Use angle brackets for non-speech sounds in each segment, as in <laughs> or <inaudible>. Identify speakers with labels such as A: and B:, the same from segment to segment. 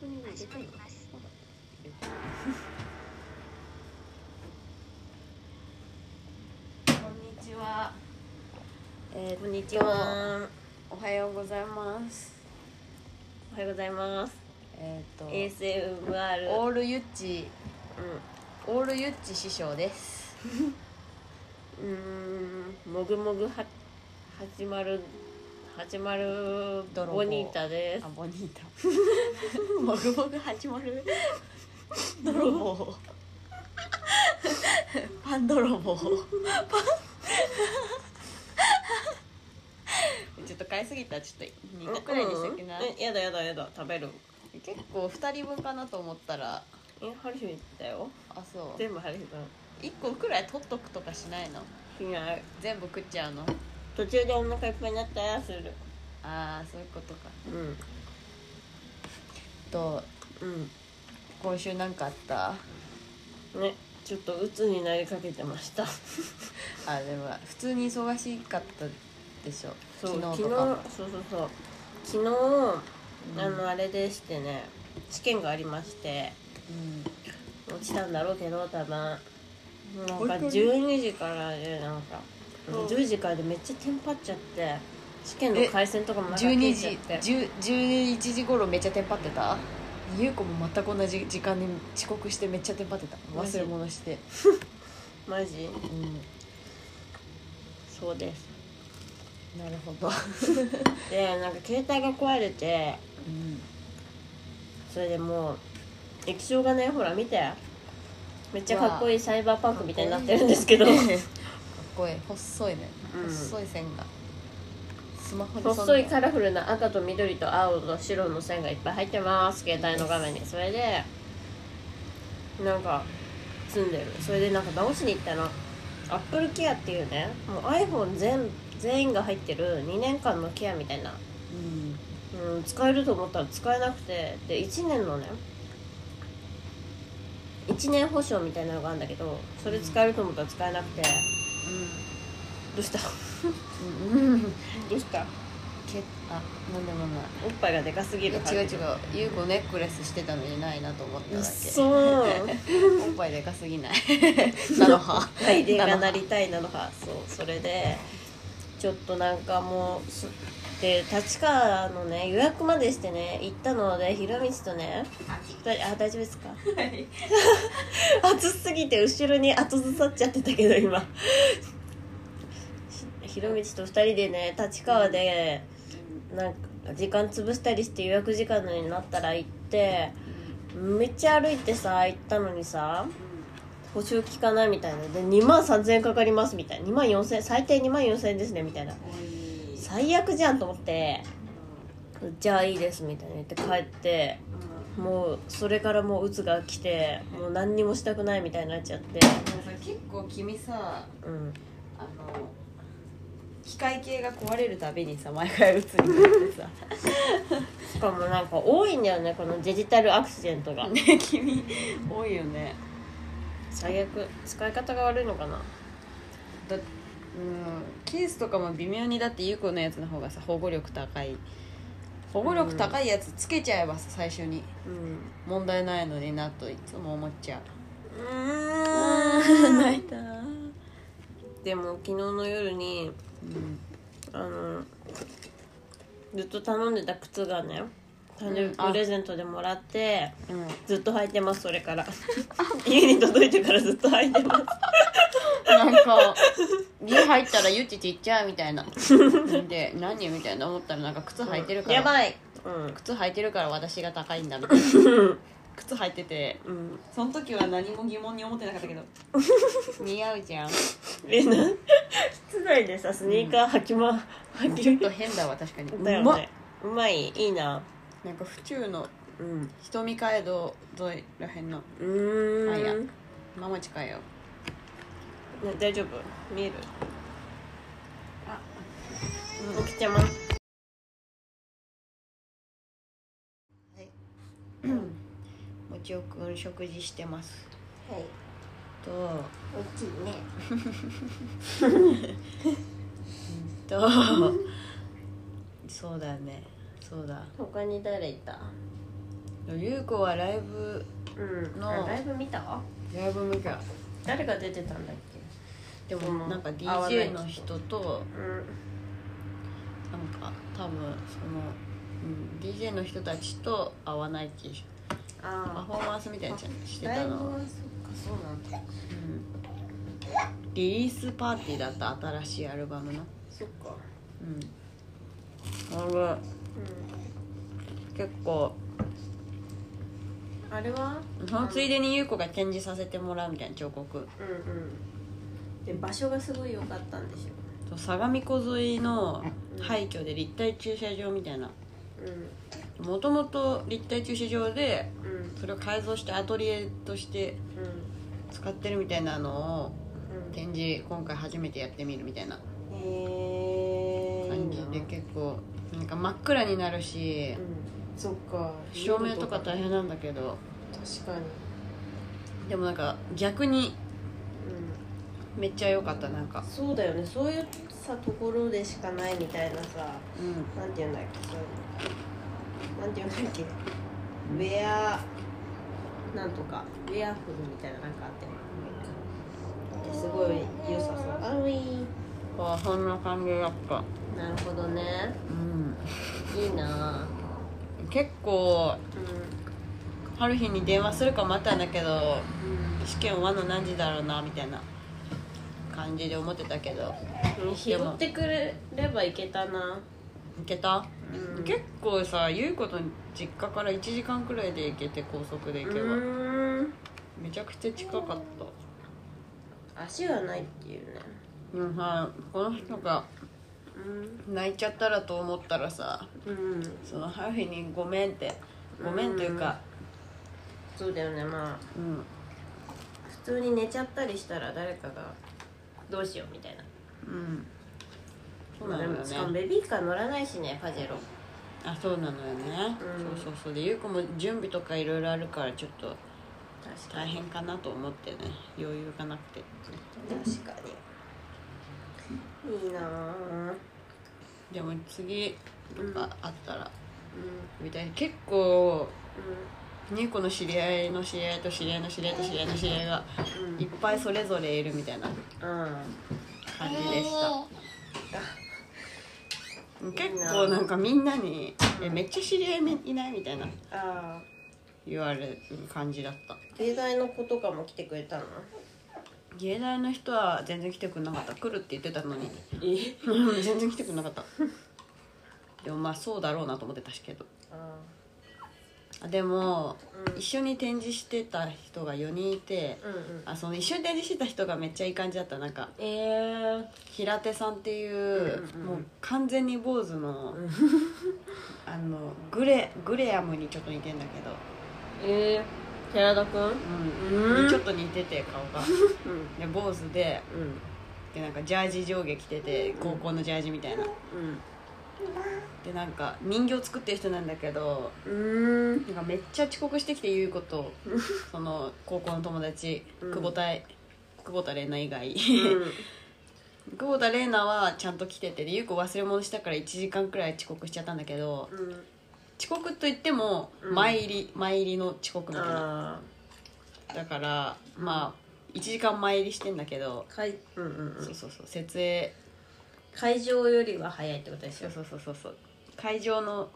A: 分今10分います。
B: こんにちは。
C: えー
B: こんにち
C: 今日
B: は。
C: おはようございます。
B: おはようございます。
C: えっ、と、
B: ASMR。
C: オールユッチ
B: う
C: オールユッチ師匠 <laughs> です。
B: ん。うーん。もぐもぐは始まる始まる
C: 泥棒
B: ボニータです
C: あ。ボニータ。
B: <laughs> もぐもぐ始まる。
C: 泥棒。パン泥棒。パン。ちょっと買いすぎたらちょっと2個くらいにしときな、
B: うんうんえやだやだやだ食べる。
C: 結構2人分かなと思ったら
B: えハルヒにだよ。
C: あそう
B: 全部ハルヒだ。
C: 1個くらい取っとくとかしないの
B: しない。
C: 全部食っちゃうの
B: 途中でお腹いっぱいになったらする。
C: ああそういうことか
B: うん
C: と
B: う
C: 今週なんかあった
B: んねちょっと鬱になりかけてました。
C: あでも普通に忙しかったでしょ
B: そう
C: 昨
B: 昨
C: 日
B: 日
C: とかも
B: そうそうそう昨日。
C: うん
B: あのあれでしてね試験がありまして落ちたんだろうけど多分なんか
C: 本当に
B: 12時からでなんか、
C: うん
B: 10時からでめっちゃテンパっちゃって試験の回線とかも
C: うん、
B: なんか切
C: 12
B: れちゃっ
C: 時
B: て
C: 10 11時頃めっちゃテンパってた優子も全く同じ時間に遅刻してめっちゃテンパってた
B: マジ
C: 忘れ物して、
B: マジ
C: うん、
B: そうです
C: なるほど、
B: でなんか携帯が壊れて
C: うん、
B: それでもう液晶がねほら見てめっちゃかっこいいサイバーパンクみたいになってるんですけど
C: かっこいいかっこいい細いね、
B: うん
C: 細い線がスマホにそんな
B: <laughs> 細いカラフルな赤と緑と青と白の線がいっぱい入ってます携帯の画面にそれでなんか積んでるそれでなんか直しに行ったら AppleCare っていうねもう iPhone 全全員が入ってる2年間のケアみたいな、
C: うん
B: うん、使えると思ったら使えなくてで1年のね1年保証みたいなのがあるんだけどそれ使えると思ったら使えなくてどうした <laughs>
C: うんうん、うん、
B: どうした
C: けあなんだなんだ
B: おっぱいがでかすぎる
C: 違う違う優子ネックレスしてたのにないなと思っただけ
B: そ
C: お
B: う
C: っぱいでかすぎない <laughs> なのは <laughs>
B: はい、でがなりたいなのかそうそれでちょっとなんかもうすで立川のね予約までしてね行ったのでひろみちとねだあ大丈夫ですか <laughs> 暑すぎて後ろに後ずさっちゃってたけど今ひひろみちと2人でね立川でなんか時間潰したりして予約時間になったら行ってめっちゃ歩いてさ行ったのにさ補修期かないみたいなで2万3000円かかりますみたいな2万4000最低2万4000円ですねみたいな最悪じゃんと思ってじゃあいいですみたいな言って帰ってもうそれからもう鬱が来てもう何にもしたくないみたいになっちゃって
C: 結構君さ
B: うん
C: あの機械系が壊れるたびにさ毎回打つになってさ <laughs>
B: しかもなんか多いんだよねこのデジタルアクシデントが
C: ね君多いよね
B: 最悪使い方が悪いのかな
C: だうんケースとかも微妙にだって優子のやつの方がさ保護力高い保護力高いやつつけちゃえばさ最初に
B: うん
C: 問題ないのになといつも思っちゃう
B: うーん
C: 泣いた
B: <laughs> でも昨日の夜に
C: うん
B: あのずっと頼んでた靴がね誕生
C: うん
B: 日
C: あ
B: プレゼントでもらって、
C: うん
B: ずっと履いてますそれから
C: <laughs>
B: <laughs> 家に届いてからずっと履いてます
C: なんか家入ったらゆっちちっちゃいみたいなで何みたいな思ったらなんか靴履いてるから、
B: やばいうん
C: 靴履いてるから私が高いんだみたいな靴履いてて
B: うん、
C: その時は何も疑問に思ってなかったけど似合うじゃんち
B: えな室内でさスニーカー履きま履き
C: ょっと変だわ確かに
B: だ
C: う
B: よ
C: まっ
B: ねうまいいいな
C: なんか府中の
B: うん
C: 瞳街道沿いらへんの
B: うーん、
C: あいや
B: ね、
C: ママ近いよ
B: 大丈夫見える
C: あ
B: 起きてます
C: もちおくん食事してます
B: はい
C: と
B: 大きいね
C: とそうだねそうだ
B: 他に誰いた
C: ゆう子はライブ
B: うん
C: の
B: ライブ見た
C: ライブ向け
B: 誰が出てたんだっ
C: で
B: その
C: もなんか
B: 合わない
C: DJ
B: 人
C: の人と
B: けうん
C: なんか多分その、うん、DJ の人たちと会わないっていうパ
B: あ
C: フォーマンスみたいなのして
B: ラ
C: た
B: イブは
C: の、
B: そっかそうなんだ
C: うんリリースパーティーだった新しいアルバムの
B: そっか
C: うんあ
B: う
C: れ結構
B: んあれは
C: そのついでに優子が展示させてもらうみたいな彫刻
B: うんうんで場所がすごい良かったんでしょ
C: そう相模湖沿いの廃墟で立体駐車場みたいな
B: う
C: もともと立体駐車場で
B: んうん
C: それを改造してアトリエとして
B: うん
C: 使ってるみたいなのを
B: うん
C: 展示今回初めてやってみるみたいな
B: へえ
C: 感じで結構なんか真っ暗になるし
B: うんそっか
C: 照明とか
B: 確
C: 大変なんだけど
B: かに
C: でもなんか逆に
B: う
C: めっちゃ良かったなんか
B: んそうだよねそういうさところでしかないみたいなさ
C: うん
B: なんて言うんだっけそういうのなんて言うんだっけウェアなんとかウェアフルみたいななんかあってすごい良さそうあうい
C: あそんな感じだった
B: なるほどね
C: うん
B: いいな
C: 結構
B: う
C: 春日に電話するか待ったんだけど
B: ん、うん
C: 試験終わるの何時だろうなみたいな感じで思ってたけど
B: 拾ってくれればいけたな、
C: 行けた、
B: うん
C: 結構さ優子と実家から1時間くらいで行けて高速で行けば、
B: ん
C: めちゃくちゃ近かった
B: 足がないっていうね
C: でもさこの人が
B: うん
C: 泣いちゃったらと思ったらさ
B: うん
C: その春日に「ごめん」って「ごめん」というか
B: そうだよねまあ
C: うん
B: 普通に寝ちゃったりしたら誰かがどうしようみたいな
C: うんそう
B: ま
C: な
B: あ
C: のよ
B: でもしかも
C: ね
B: ベビーカー乗らないしねパジェロ
C: あそうなのよね、
B: うん
C: そうそうそうで優子も準備とかいろいろあるからちょっと
B: 確
C: 大変かなと思ってね余裕がなくて
B: 確かにいいなあ
C: でも次とかあったら、
B: う
C: みたいな結構
B: ん
C: 優子の知り合いの知り合いと知り合いの知り合いと知り合いの知り合いが
B: うんうん
C: いっぱいそれぞれいるみたいな
B: あ
C: 感じでした結構なんかみんなに「えめっちゃ知り合いいない?」みたいな
B: あ
C: 言われる感じだった
B: 芸大の子とかも来てくれたの
C: 芸大の人は全然来てくれなかった来るって言ってたのに
B: え
C: うん <laughs> 全然来てくれなかったでもまあそうだろうなと思ってたしけど
B: あ
C: あでも、
B: うん
C: 一緒に展示してた人が4人いて、
B: うんうん
C: あその一緒に展示してた人がめっちゃいい感じだったなんか
B: ええ
C: 平手さんっていう,、
B: うんうんうん
C: もう完全に坊主 <laughs> の、あのグレグレアムにちょっと似てんだけど、
B: ええ寺田くん
C: うん
B: うん
C: ちょっと似てて顔が
B: うん
C: で坊主で
B: うん
C: でなんかジャージ上下着てて高校のジャージみたいな
B: うん
C: でなんか人形作ってる人なんだけど
B: うーん
C: なんかめっちゃ遅刻してきて言う
B: <laughs>
C: ことその高校の友達
B: うん
C: 久保田久保田玲奈以外
B: うん
C: <laughs> 久保田玲奈はちゃんと来ててで優子忘れ物したから1時間くらい遅刻しちゃったんだけど
B: うん
C: 遅刻といっても
B: うん
C: 前入り、前入りの遅刻みたいな
B: あ
C: だからまあ1時間前入りしてんだけど
B: あ、会うんうんう
C: そ
B: ん
C: うそうそう設営
B: 会場よりは早いってことでし
C: そ
B: ょ
C: うそうそうそうそう会場の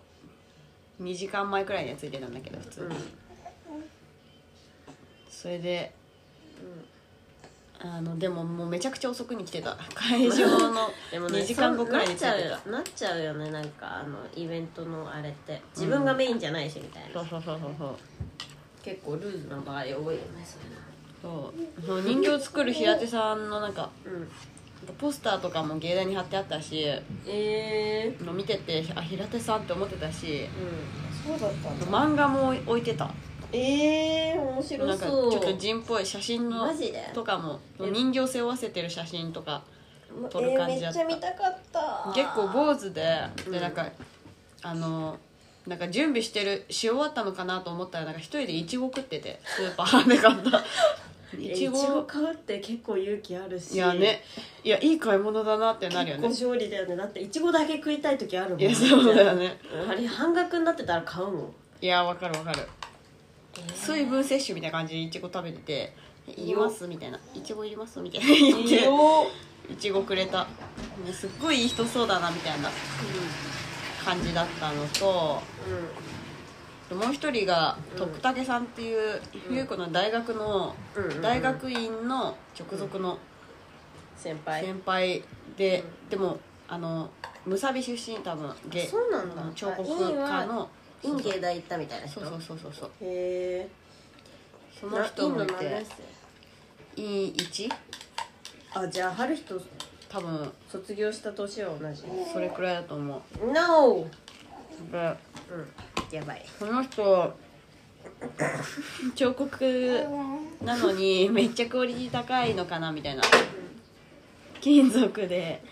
C: 2時間前くらいにはついてたんだけど普通に、
B: うん
C: それであのでももうめちゃくちゃ遅くに来てた <laughs> 会場の
B: でもね
C: 2時間後くらいに着いて
B: そう
C: た
B: なっちゃうよなっちゃうよねなんかあのイベントのあれって自分がメインじゃないしみたいな、
C: そうそうそうそうそう
B: 結構ルーズな場合多いよねそ
C: そうその人形作る平手さんのなんか
B: れうん
C: ポスターとかも芸大に貼ってあったし
B: ええ
C: の見ててあ平手さんって思ってたし
B: うんそうだったん
C: 漫画も置いてた
B: ええ面白
C: なんかち
B: そう
C: ょっと人っぽい写真の
B: マジで
C: とかも人形背負わせてる写真とか撮る
B: えー
C: 感じだった
B: めっちゃ見たかった
C: 結構坊主で
B: うん
C: でなんか、あのなんか準備してるし終わったのかなと思ったらなんか一人でいちご食っててスーパーで買ったい
B: い
C: ち
B: ちご
C: ご
B: 買うって結構勇気あるし
C: いやねいやいい買い物だなってなるよ
B: 結
C: ね
B: 構勝利だよねだっていちごだけ食いたい時あるもん
C: いやそうだよね
B: あれ半額になってたら買うもん
C: いやわかるわかる水分摂取みたいな感じでいちご食べてて「いります?」みたいな「いちごいります?」みたいな言っていちごくれたもうすっごいいい人そうだなみたいな感じだったのともう一人が
B: うん
C: 徳武さんっていう、
B: うん
C: ゆうこの大学の
B: うんうん
C: 大学院の直属の
B: 先輩
C: 先輩で、
B: う
C: でもあのむさび出身多分で
B: そうなんだ
C: あの彫刻家の
B: 院芸大行ったみたいな人
C: そうそうそうそうそう
B: へえ
C: その人もいて院1
B: あじゃあ春日と
C: 多分
B: 卒業した年は同じ
C: それくらいだと思
B: NO!
C: うで
B: うんやばい
C: その
B: <laughs>
C: 人彫刻なのにめっちゃクオリティ高いのかなみたいな金属で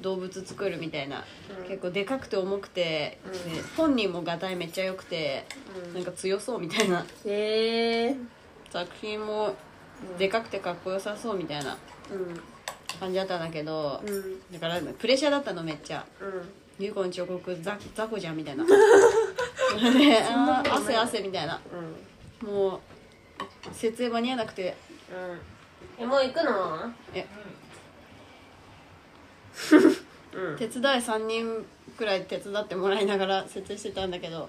C: 動物作るみたいな、
B: うん
C: 結構でかくて重くて、
B: うん
C: で本人も画体めっちゃ良くて、
B: うん
C: なんか強そうみたいな
B: へえ
C: 作品もでかくてかっこよさそうみたいな
B: う
C: 感じだったんだけど、
B: んうん
C: だからプレッシャーだったのめっちゃ
B: う
C: 「
B: ん
C: ユーコの彫刻ザザコじゃん」み
B: <laughs>
C: たいなであー汗汗みたいな
B: うん
C: もう設営間に合わなくて
B: うんえもう行くの
C: え
B: うん
C: 手伝い3人くらい手伝ってもらいながら設営してたんだけど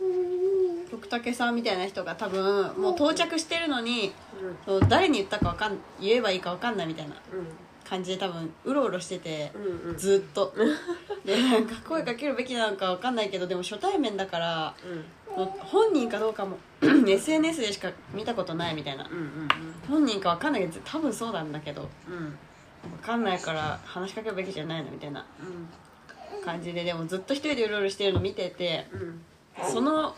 B: うん
C: 徳武さんみたいな人が多分もう到着してるのに
B: うん
C: その誰に言ったかわかん言えばいいかわかんないみたいな
B: うん
C: 感じで多分うろうろしてて
B: うんうん
C: ずっ
B: <laughs>
C: とでなんか声かけるべきなのかわかんないけどでも初対面だから
B: うん
C: もう本人かどうかも <clears throat> SNS でしか見たことないみたいな
B: うん
C: 本人かわかんないけど多分そうなんだけどわ
B: うんうん
C: かんないから話しかけるべきじゃないのみたいな感じででもずっと一人でうろうろしてるの見てて
B: うん
C: その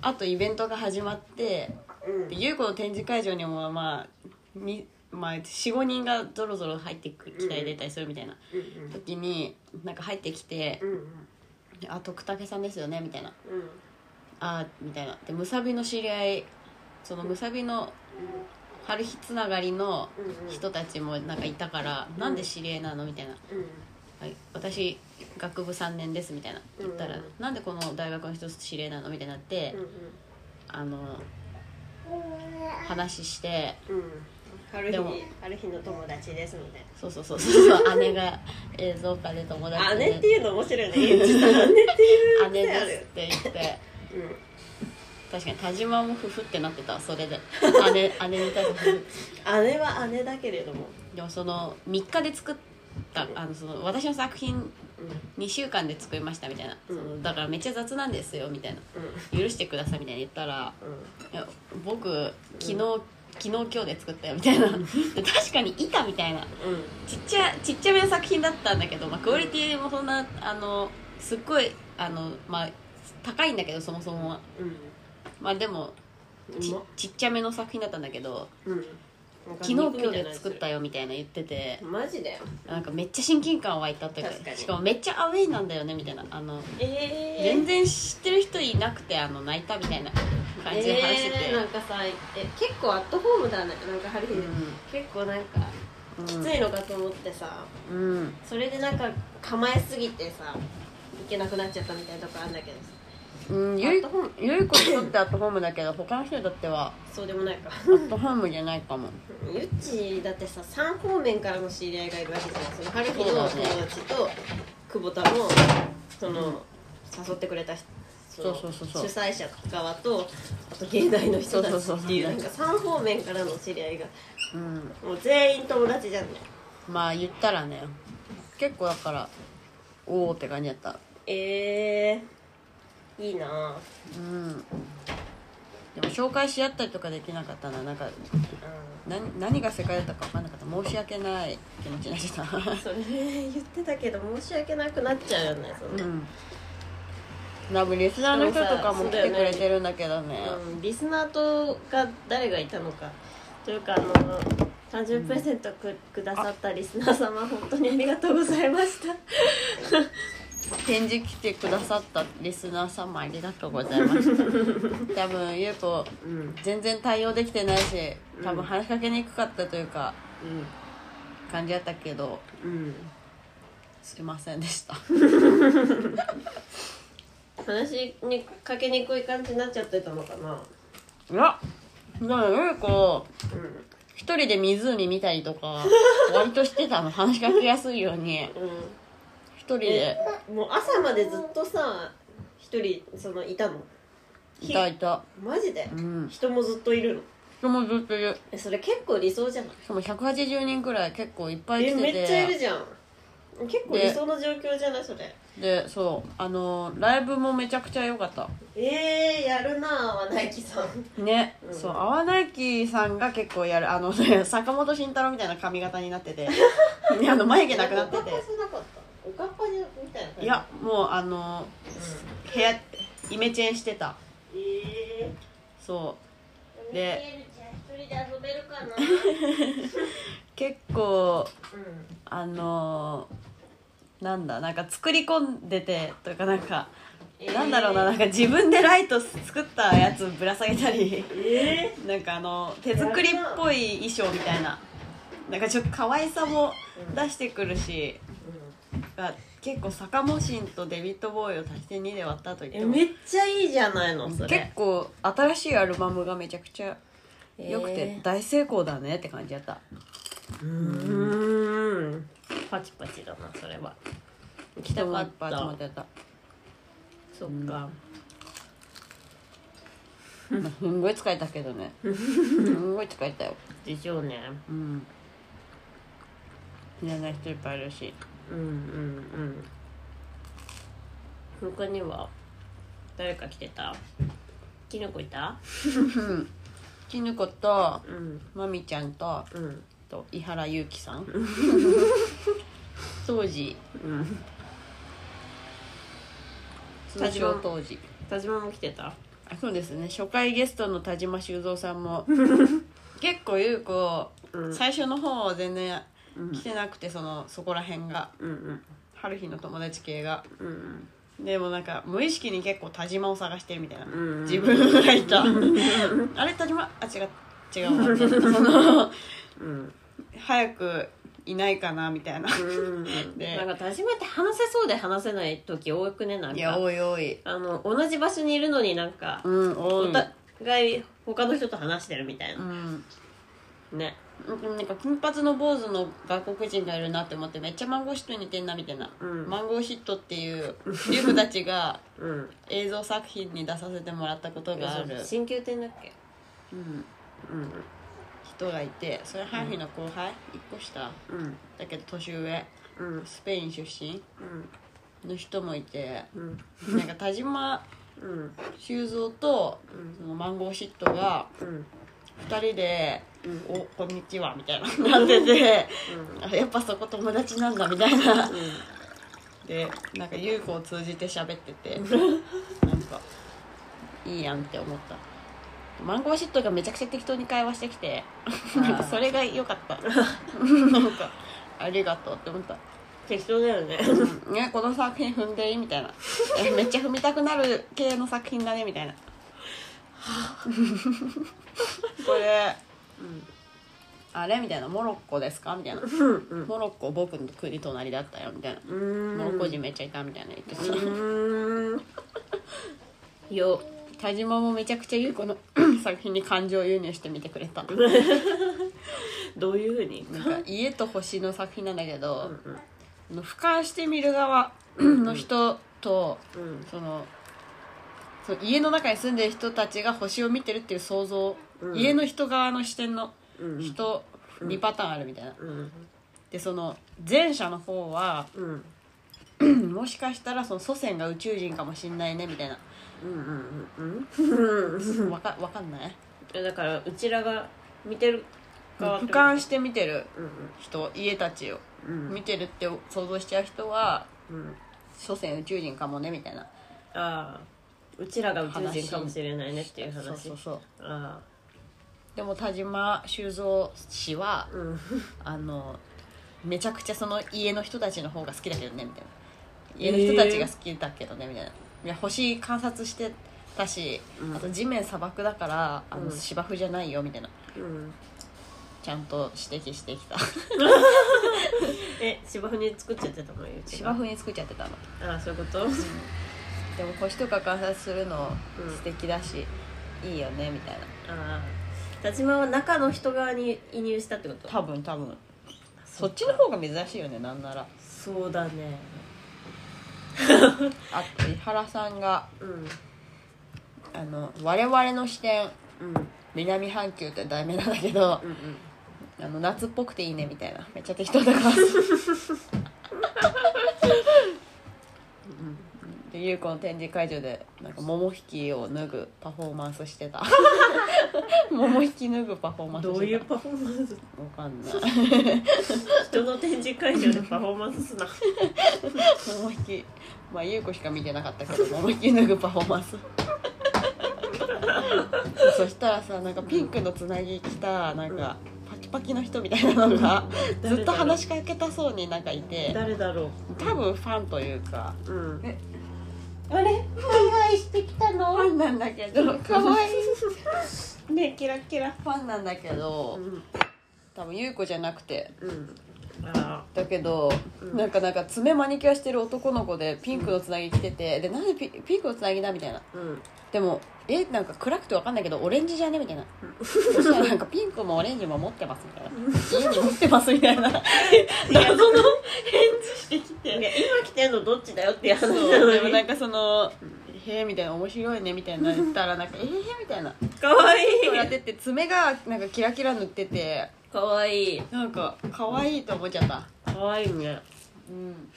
C: あとイベントが始まって
B: うん
C: で優子の展示会場にもまあみまあ、45人がぞろぞろ入ってく来たり出たりするみたいな
B: うん
C: 時になんか入ってきて
B: うん
C: 「であ徳武さんですよね」みたいな
B: うん
C: 「あーみたいなでむさびの知り合いそのむさびの春日つながりの
B: うん
C: 人たちもなんかいたから「なんで知り合いなの?」みたいな「はい私学部3年です」みたいな言ったら
B: うん
C: 「なんでこの大学の人知り合いなの?」みたいになって
B: うん
C: あの話して
B: うんうん春日
C: でも
B: 春日の友達ですみたいな
C: そうそうそうそうそう姉が映像化で友達で
B: 姉っていうの面白いね言っちゃった姉っていう
C: 姉
B: 癖あ
C: で
B: る
C: すって言って
B: うん
C: 確かに田島もふふってなってたそれで
B: <laughs>
C: 姉姉に対してフフ
B: 姉は姉だけれども
C: でもその3日で作ったあのその私の作品
B: うん
C: 2週間で作りましたみたいな、
B: うん
C: そのだからめっちゃ雑なんですよみたいな
B: うん
C: 許してくださいみたいな言ったら
B: うん
C: いや僕昨日、昨日今日で作ったよみた
B: <laughs>
C: いなで確かに板みたいな
B: うん
C: ちっちゃちっちゃめの作品だったんだけど、まあ、クオリティもそんなあのすっごいあの、まあ、高いんだけどそもそもは、
B: うん
C: まあ、でもち
B: うまっ
C: ちっちゃめの作品だったんだけど
B: うん
C: 「昨日今日で作ったよ」みたいな言ってて
B: マジだよ
C: なんかめっちゃ親近感湧いたっていう
B: 確かに
C: しかもめっちゃアウェイなんだよねみたいなあの
B: え
C: 全然知ってる人いなくてあの泣いたみたいな感じで話してて、
B: えーなんかさえ結構アットホームだねなんか春日、結構なんか
C: うん
B: きついのかと思ってさ
C: うん
B: それでなんか構えすぎてさいけなくなっちゃったみたいなとこあるんだけどさ
C: うん、ゆいゆい子にとってアットホームだけど他の人にとっては
B: そうでもないか
C: アットホームじゃないかも
B: ゆっちだってさ3方面からの知り合いがいるわけじゃないその春日
C: そう
B: の
C: だね
B: 友達と久保田のその、誘ってくれた人
C: そ
B: の
C: うそうそうそう
B: 主催者側とあと芸大の人たち
C: そうそうそう
B: っていうなんか3方面からの知り合いが
C: うん
B: もう全員友達じゃんね
C: まあ言ったらね結構だからおおって感じだった
B: えー、いいなあ
C: うんでも紹介し合ったりとかできなかったななんか
B: う
C: 何何が世界だったか分かんなかった申し訳ない気持ちになっちゃった
B: んそれね言ってたけど申し訳なくなっちゃうよねそんな
C: うん多分リスナーの人とかも来てくれてるんだけどね
B: うん、リスナーとが誰がいたのかというかあの誕生日プレゼントく,、くださったリスナー様本当にありがとうございました
C: 展示来てくださったリスナー様ありがとうございました多分ゆうこ
B: うんうん
C: 全然対応できてないし多
B: うん
C: 分話しかけにくかったというか感じだったけど
B: うん
C: すいませんでした
B: 話にかけにくい感じになっちゃってたのかない
C: やだからゆう子
B: う
C: 一人で湖見たりと
B: <laughs>
C: か割としてたの話しかけやすいように
B: ん
C: 一人で
B: うんもう朝までずっとさ一人そのいたの
C: いたいた
B: マジで
C: うん
B: 人もずっといるの
C: 人もずっといる
B: えそれ結構理想じゃない
C: しかも180人くらい結構いっぱい来
B: え
C: てて
B: めっちゃいるじゃん結構理想の状況じゃないそれ
C: でそうあのライブもめちゃくちゃ良かった
B: えー、やるなぁは大樹さん
C: ね、
B: うん
C: そう泡ナイキさんが結構やるあの <laughs> 坂本慎太郎みたいな髪型になって
B: <laughs>
C: てねあの眉毛なくなって
B: <laughs> おかっぱ
C: て
B: じゃなかったおかっぱじゃみたいな感じ
C: いやもうあの部屋イメチェンしてた
B: うんえ
C: そう
B: ー
C: で
B: ミケルちゃん一人で遊べるかな
C: 結構
B: うん
C: あのなんだなんか作り込んでてというかなんか、
B: えー
C: なんだろうななんか自分でライト作ったやつぶら下げたり <laughs>
B: え
C: なんかあの手作りっぽい衣装みたいななんかちょっと可愛さも出してくるし、が結構坂本慎とデビッド・ボーイを足して2で割ったと言って
B: え
C: も
B: めっちゃいいじゃないのそ
C: 結
B: れ
C: 構新しいアルバムがめちゃくちゃ良くて
B: え
C: 大成功だねって感じやった、
B: ーうーんパチパチだなそれは行きた
C: 人も
B: か
C: い
B: っ
C: っぱい集まったてやった
B: そっか
C: まあすんごい疲れたけど
B: <laughs>
C: ねすんごい疲れたよ
B: でしょうね
C: うん嫌な人いっぱいいるし
B: うんうんうん他には誰か来てたきのこいた
C: きぬこと
B: うん
C: まみちゃんと
B: うん
C: と井原裕貴
B: <laughs>
C: さん当時
B: うん
C: 通称当時
B: 田島も来てた
C: あそうですね初回ゲストの田島修造さん
B: <laughs>
C: も結構優子、
B: うん
C: 最初の方は全然
B: うん
C: 来てなくてそのそこら辺が
B: うんうん
C: 春日の友達系が
B: うん
C: でもなんか無意識に結構田島を探してるみたいな、
B: ん
C: 自分がいたあれ田島あ違う違うわみたいなその
B: うん
C: 早くいないかなみたいな
B: うん
C: で
B: なんか田島って話せそうで話せない時多くねなんか
C: いやおいおい
B: あの同じ場所にいるのになんか、
C: うんおい
B: お互い他の人と話してるみたいうな、
C: ん
B: ね
C: でもなんか金髪の坊主の外国人がいるなって思ってめっちゃマンゴーシットに似てんなみたいな、
B: うん
C: マンゴーシットっていうリュフたちが
B: うん
C: 映像作品に出させてもらったことがある、
B: 新宮店だっけ
C: うん、
B: うん
C: 人がいてそれハーフィーの後輩1個下
B: うん
C: だけど年上
B: うん
C: スペイン出身
B: うん
C: の人もいて
B: うん
C: なんか田島
B: うん
C: 修造と
B: うん
C: そのマンゴーシットが
B: うん
C: 2人で
B: う
C: 「おこんにちは」みたいななっててあやっぱそこ友達なんだみたいな。でなんか優子を通じて喋っててなんかいいやんって思ったマンゴーシットがめちゃくちゃ適当に会話してきてなんかそれが良かった
B: <laughs>
C: なんかありがとうって思った、
B: 適当だよね
C: うんねこの作品踏んでいいみたいなえめっちゃ踏みたくなる系の作品だねみたいなこれ、あれみたいなモロッコですかみたいな
B: うん
C: モロッコ僕の国隣だったよみたいな
B: うん
C: モロッコ人めっちゃいたみたいな言ってさ
B: うん
C: よ田島もめちゃくちゃ優子の作品に感情輸入してみてくれた
B: どういうふうに
C: なんか家と星の作品なんだけど、
B: うん
C: あの俯瞰して見る側の人と、
B: うん
C: そのその家の中に住んでる人たちが星を見てるっていう想像、
B: うん
C: 家の人側の視点の
B: うん
C: 人2パターンあるみたいな
B: うん
C: でその前者の方は
B: うんうん
C: もしかしたらその祖先が宇宙人かもしんないねみたいな
B: うんうん
C: <laughs> わかわかんない
B: うんだからうちらが見てる側
C: 俯瞰して見てる
B: うん
C: 人家たちを
B: うん
C: 見てるって想像しちゃう人は
B: うん
C: 所詮宇宙人かもねみたいな
B: ああうちらが宇宙人かもしれないねっていう話
C: そうそうそう
B: あ
C: でも田島修造氏は
B: あうん
C: あのめちゃくちゃその家の人たちの方が好きだけどねみたいな家の人たちが好きだけどねみたいないや星観察してたし、
B: うん
C: あと地面砂漠だからあ
B: うん
C: の芝生じゃないよみたいな
B: うん
C: ちゃんと指摘してき <laughs> た
B: え芝生に作っちゃってたのようち
C: 芝
B: が
C: 生に作っちゃってたの
B: ああそういうこと
C: でも腰とか観察するの
D: うん
C: 素敵だし、いいよねみたいな
D: ああ立場は中の人側に移入したってこと
C: 多分多分そっちの方が珍しいよねなんなら
D: そうだね
C: あと井原さんが
D: うん
C: あの「我々の視点
D: うん
C: 南半球」って題名なんだけど
D: うんうん
C: あの夏っぽくていいねみたいなめっちゃ適当だからで優子の展示会場でなんか桃引きを脱ぐパフォーマンスして
D: <laughs>
C: た桃引き脱ぐパフォーマンスして
D: ど
C: た
D: ういうパフォーマンス
C: わかんない
D: 人の展示会場でパフォーマンスすな
C: 桃引きまあ優子しか見てなかったけど桃引き脱ぐパフォーマンスそしたらさなんかピンクのつなぎ着たなんかパキパキの人みたいなのがずっと話しかけたそうになんかいて
D: 誰だろ
C: 多分ファンというか
D: ううん
C: あれハイしてきたのファンなんだけどかわいいねキラキラファンなんだけど
D: うん
C: 多分優子じゃなくて
D: うんあ
C: だけど、
D: うん
C: なんかなんか爪マニキュアしてる男の子でピンクのつなぎ着てて、でなんでピピンクのつなぎだみたいな
D: あうん
C: でもえなんか暗くてわかんないけどオレンジじゃねみたいな <laughs> そしたらなんかピンクもオレンジも持ってますみたいな家に持ってますみたいな謎の返事してきて
D: いや今来てんのどっちだよって話な
C: そうでも
D: の
C: な
D: に
C: んかその「へえ」みたいな「面白いね」みたいな言ったらなんか「ええー」みたいな
D: かわい
C: そうやっ
D: い
C: てって爪がなんかキラキラ塗ってて
D: かわいい
C: なんか可愛いと思っちゃった
D: かわいいね
C: うん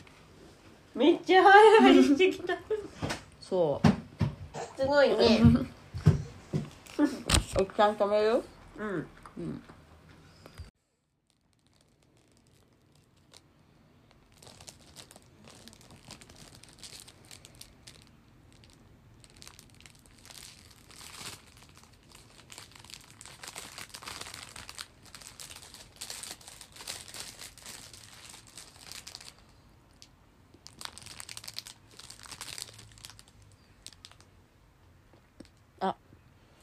D: めっちゃハイハイしてきた
C: そ
D: すごいう
B: <laughs>
C: おきさん止める
D: うん
C: うん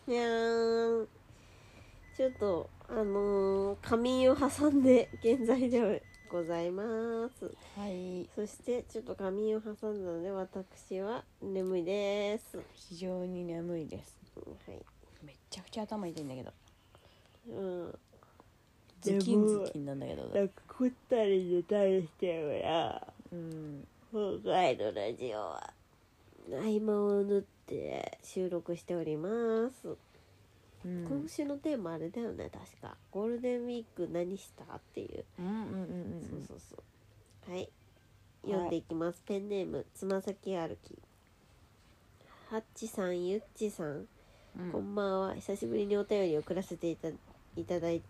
D: いやーちょっとあのー、仮眠を挟んで現在ではございます
C: はい
D: そしてちょっと仮眠を挟んだので私は眠いですは
C: 非常に眠いです
D: い
C: めっちゃくちゃ頭痛いんだけど
D: うん
C: ズキンズキンなんだけ
D: な
C: ど
D: んか食ったり寝たりしてるから
C: うん
D: 今回のラジオは合間を縫って収録しております、
C: う
D: 今
C: ん
D: 週のテーマあれだよね確かゴールデンウィーク何したっていう
C: うんうんうんう
D: そうんそうそう。はい。読んでいきます。ペンネームつま先歩き。ハッチさん、ゆっちさん、
C: うん
D: こんばんは。久しぶりにお便りを送らせていたいただい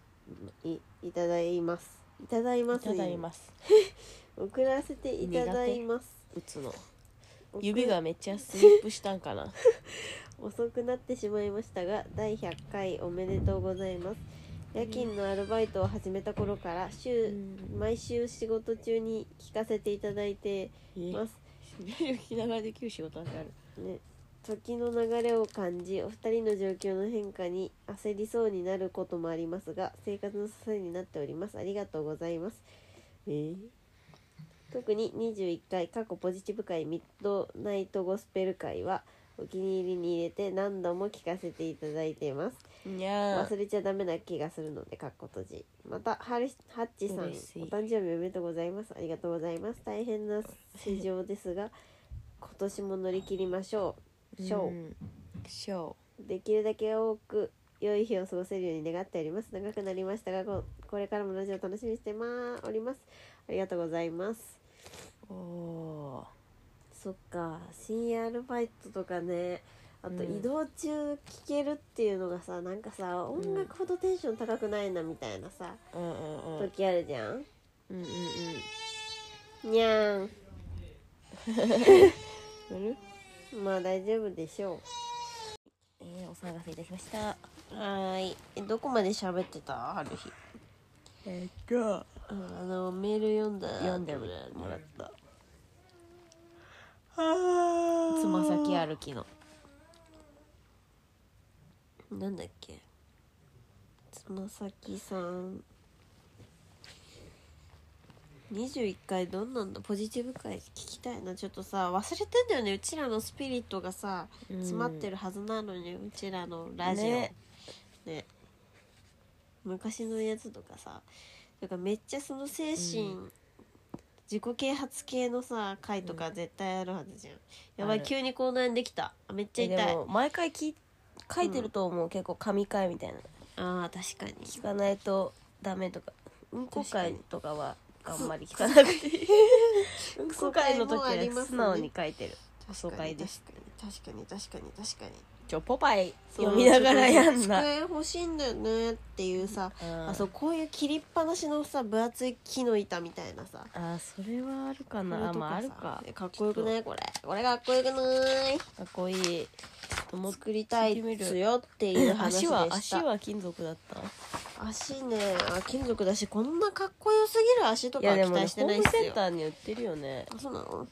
D: いいただいます。いただいま
C: い
D: す。
C: ただいます
D: 送らせていただいます。
C: 打つの
D: 送
C: 指がめっちゃスリップしたんかな
D: 遅くなってしまいましたが第100回おめでとうございます夜勤のアルバイトを始めた頃から週、
C: うん
D: 毎週仕事中に聞かせていただいて
C: え
D: <laughs> ます
C: 聞きながらできる仕事なんてある
D: ね、時の流れを感じお二人の状況の変化に焦りそうになることもありますが生活の支えになっておりますありがとうございます、えー特に21回過去ポジティブ会ミッドナイトゴスペル会はお気に入りに入れて何度も聞かせていただいています
C: にゃー
D: 忘れちゃダメな気がするのでかっこ閉じまたハルハッチさんお
C: 嬉しい
D: 誕生日おめでとうございますありがとうございます大
C: <laughs>
D: 変な市場ですが今年も乗り切りましょうショー、
C: んショー
D: できるだけ多く良い日を過ごせるように願っております長くなりましたがここれからもラジオ楽しみにしてまおりますありがとうございます
C: おー
D: そっか深夜アルバイトとかねあと
C: うん
D: 移動中聴けるっていうのがさ、なんかさ音楽ほどテンション高くないなみたいなさ、
C: うんうんうんうん
D: 時あるじゃん
C: うんうん
D: にゃー
C: <laughs>
D: ん
C: やる
D: まあ大丈夫でしょ
C: えー、お騒がせいたしました
D: うはーいえどこまで喋ってたある日
C: えっと
D: あのメール読んだ
C: 読んでも
D: もらった
C: つま先歩きの
D: なんだっけつま先さん21回どんなんだポジティブ回聞きたいなちょっとさ忘れてんだよねうちらのスピリットがさ詰まって
B: る
D: るはずなのにうちらのラジオね
B: ね
D: 昔のやつとかさなんかめっちゃその精神、
B: う
D: 自己啓発系のさ回とか絶対あるはずじゃん、やば
B: あ
D: い
B: る
D: 急に口内炎できたあめっちゃ
B: えで
D: 痛い
B: も毎回き書いてると思う、結構神回みたいな
D: あー確かに
B: 聞かないとダメとかうんこ会とかはあんまり聞かなくてうんこ会の時
D: クソ会もありま
B: は
D: す
B: 素
D: ね
B: 直に書いてる
D: 確
B: 確
D: か
B: か
D: に
B: に
D: 確かに確かに確かに
B: ちょポパイ読みながらやんな
D: 机欲しいんだよねっていうさ、
B: うん
D: あそうこういう切りっぱなしのさ分厚い木の板みたいなさ
B: あーそれはあるか
D: こうい
B: な
D: う
B: あ
D: とこ
B: まあある
D: さ
B: か
D: かっこよくないこれこれかっこよくない
B: かっこいい
D: も作りたいっすよっていう話でし
B: <clears throat> 足
D: た
B: は足は金属だった
D: 足ねあ金属だしこんなかっこよすぎる足と
B: い
D: か
B: や
D: は期
B: でも、ね、
D: 待して
B: ホ
D: な
B: ー
D: いっ
B: ム
D: す
B: セン
D: よ
B: ターに売ってるよね
D: あそうなの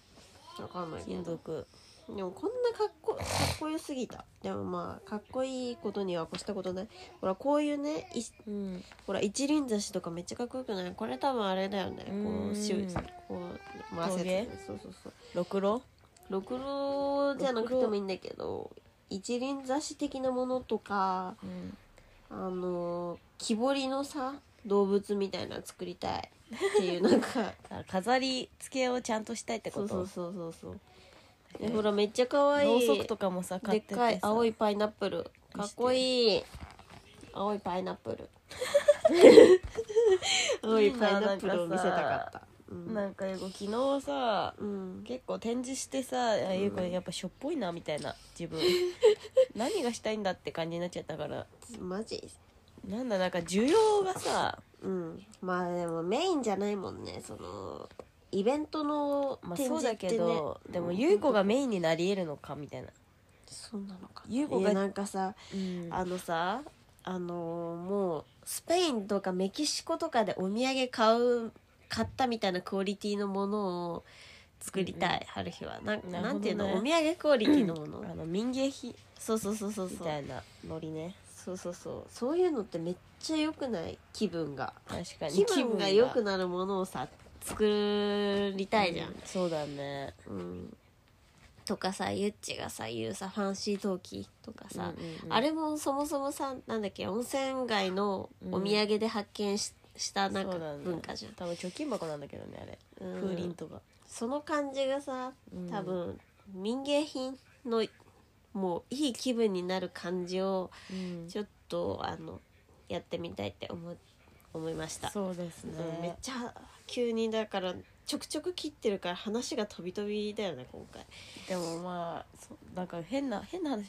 D: わかんないけ
B: 金
D: ど
B: 属
D: でもこんなかっこかっこよすぎたでもまあかっこいいことには越したことないほらこういうねい
B: うん
D: ほら一輪挿しとかめっちゃかっこよくないこれ多分あれだよねこ
B: う
D: うんしゅこう回せて
B: 陶芸
D: そうそうそう
B: ろくろ
D: ろくろじゃなくてもいいんだけど一輪挿し的なものとか
B: うん
D: あの木彫りのさ動物みたいなの作りたいっていうなんか
B: あ飾り付けをちゃんとしたい <laughs> ってこ
D: そう
B: と
D: そうそうそうそうでほらめっちゃ可愛い
B: ろうそくとかもさ
D: で
B: 買
D: っ
B: ってて
D: かい
B: さ
D: 青いパイナップルかっこいい青いパイナップル青いパイナップルを見せたかったうん
B: なんかよく昨日さ
D: うん
B: 結構展示してさあゆうこやっぱしょっぽいなみたいな自分何がしたいんだって感じになっちゃったから
D: マジ
B: なんだなんか需要がさ
D: うんまあでもメインじゃないもんねそのイベントの
B: まあ
D: 展
B: そう
D: 示
B: だ
D: って、
B: け
D: ね
B: ど、でも
D: うん
B: ゆうこがメインになりえるのかみたいな、
D: そうなのかな
B: 優子が
D: いやなんかさ
B: うん
D: あのさあのーもうスペインとかメキシコとかでお土産買う買ったみたいなクオリティのものを作りたい、春日はなん
B: なるほどね
D: なんていうのお土産クオリティのもの、
B: あの民芸品
D: そうそうそうそう
B: み
D: そ
B: た
D: う
B: いなノリね
D: そうそうそうそういうのってめっちゃ良くない気分が
B: 確か
D: 気
B: に
D: 分が良く
B: な
D: なるものをさ作りたいじゃん、
B: そうだね
D: うん、とかさゆっちがさ言うさファンシー陶器とかさ、
B: うんうんうん
D: あれもそもそもさなんだっけ温泉街のお土産で発見し,、たなん
B: そ
D: か
B: うだね
D: 文化じゃん
B: 多分貯金箱なんだけどねあれ、
D: うん
B: 風鈴とか
D: その感じがさ
B: うん
D: 多分民芸品のもういい気分になる感じを
B: うん
D: ちょっとあのやってみたいって思思いました、
B: そうですね、
D: うんめっちゃ急にだからちょくちょく切ってるから話が飛び飛びだよね今回
B: でもまあそなんか変な変な話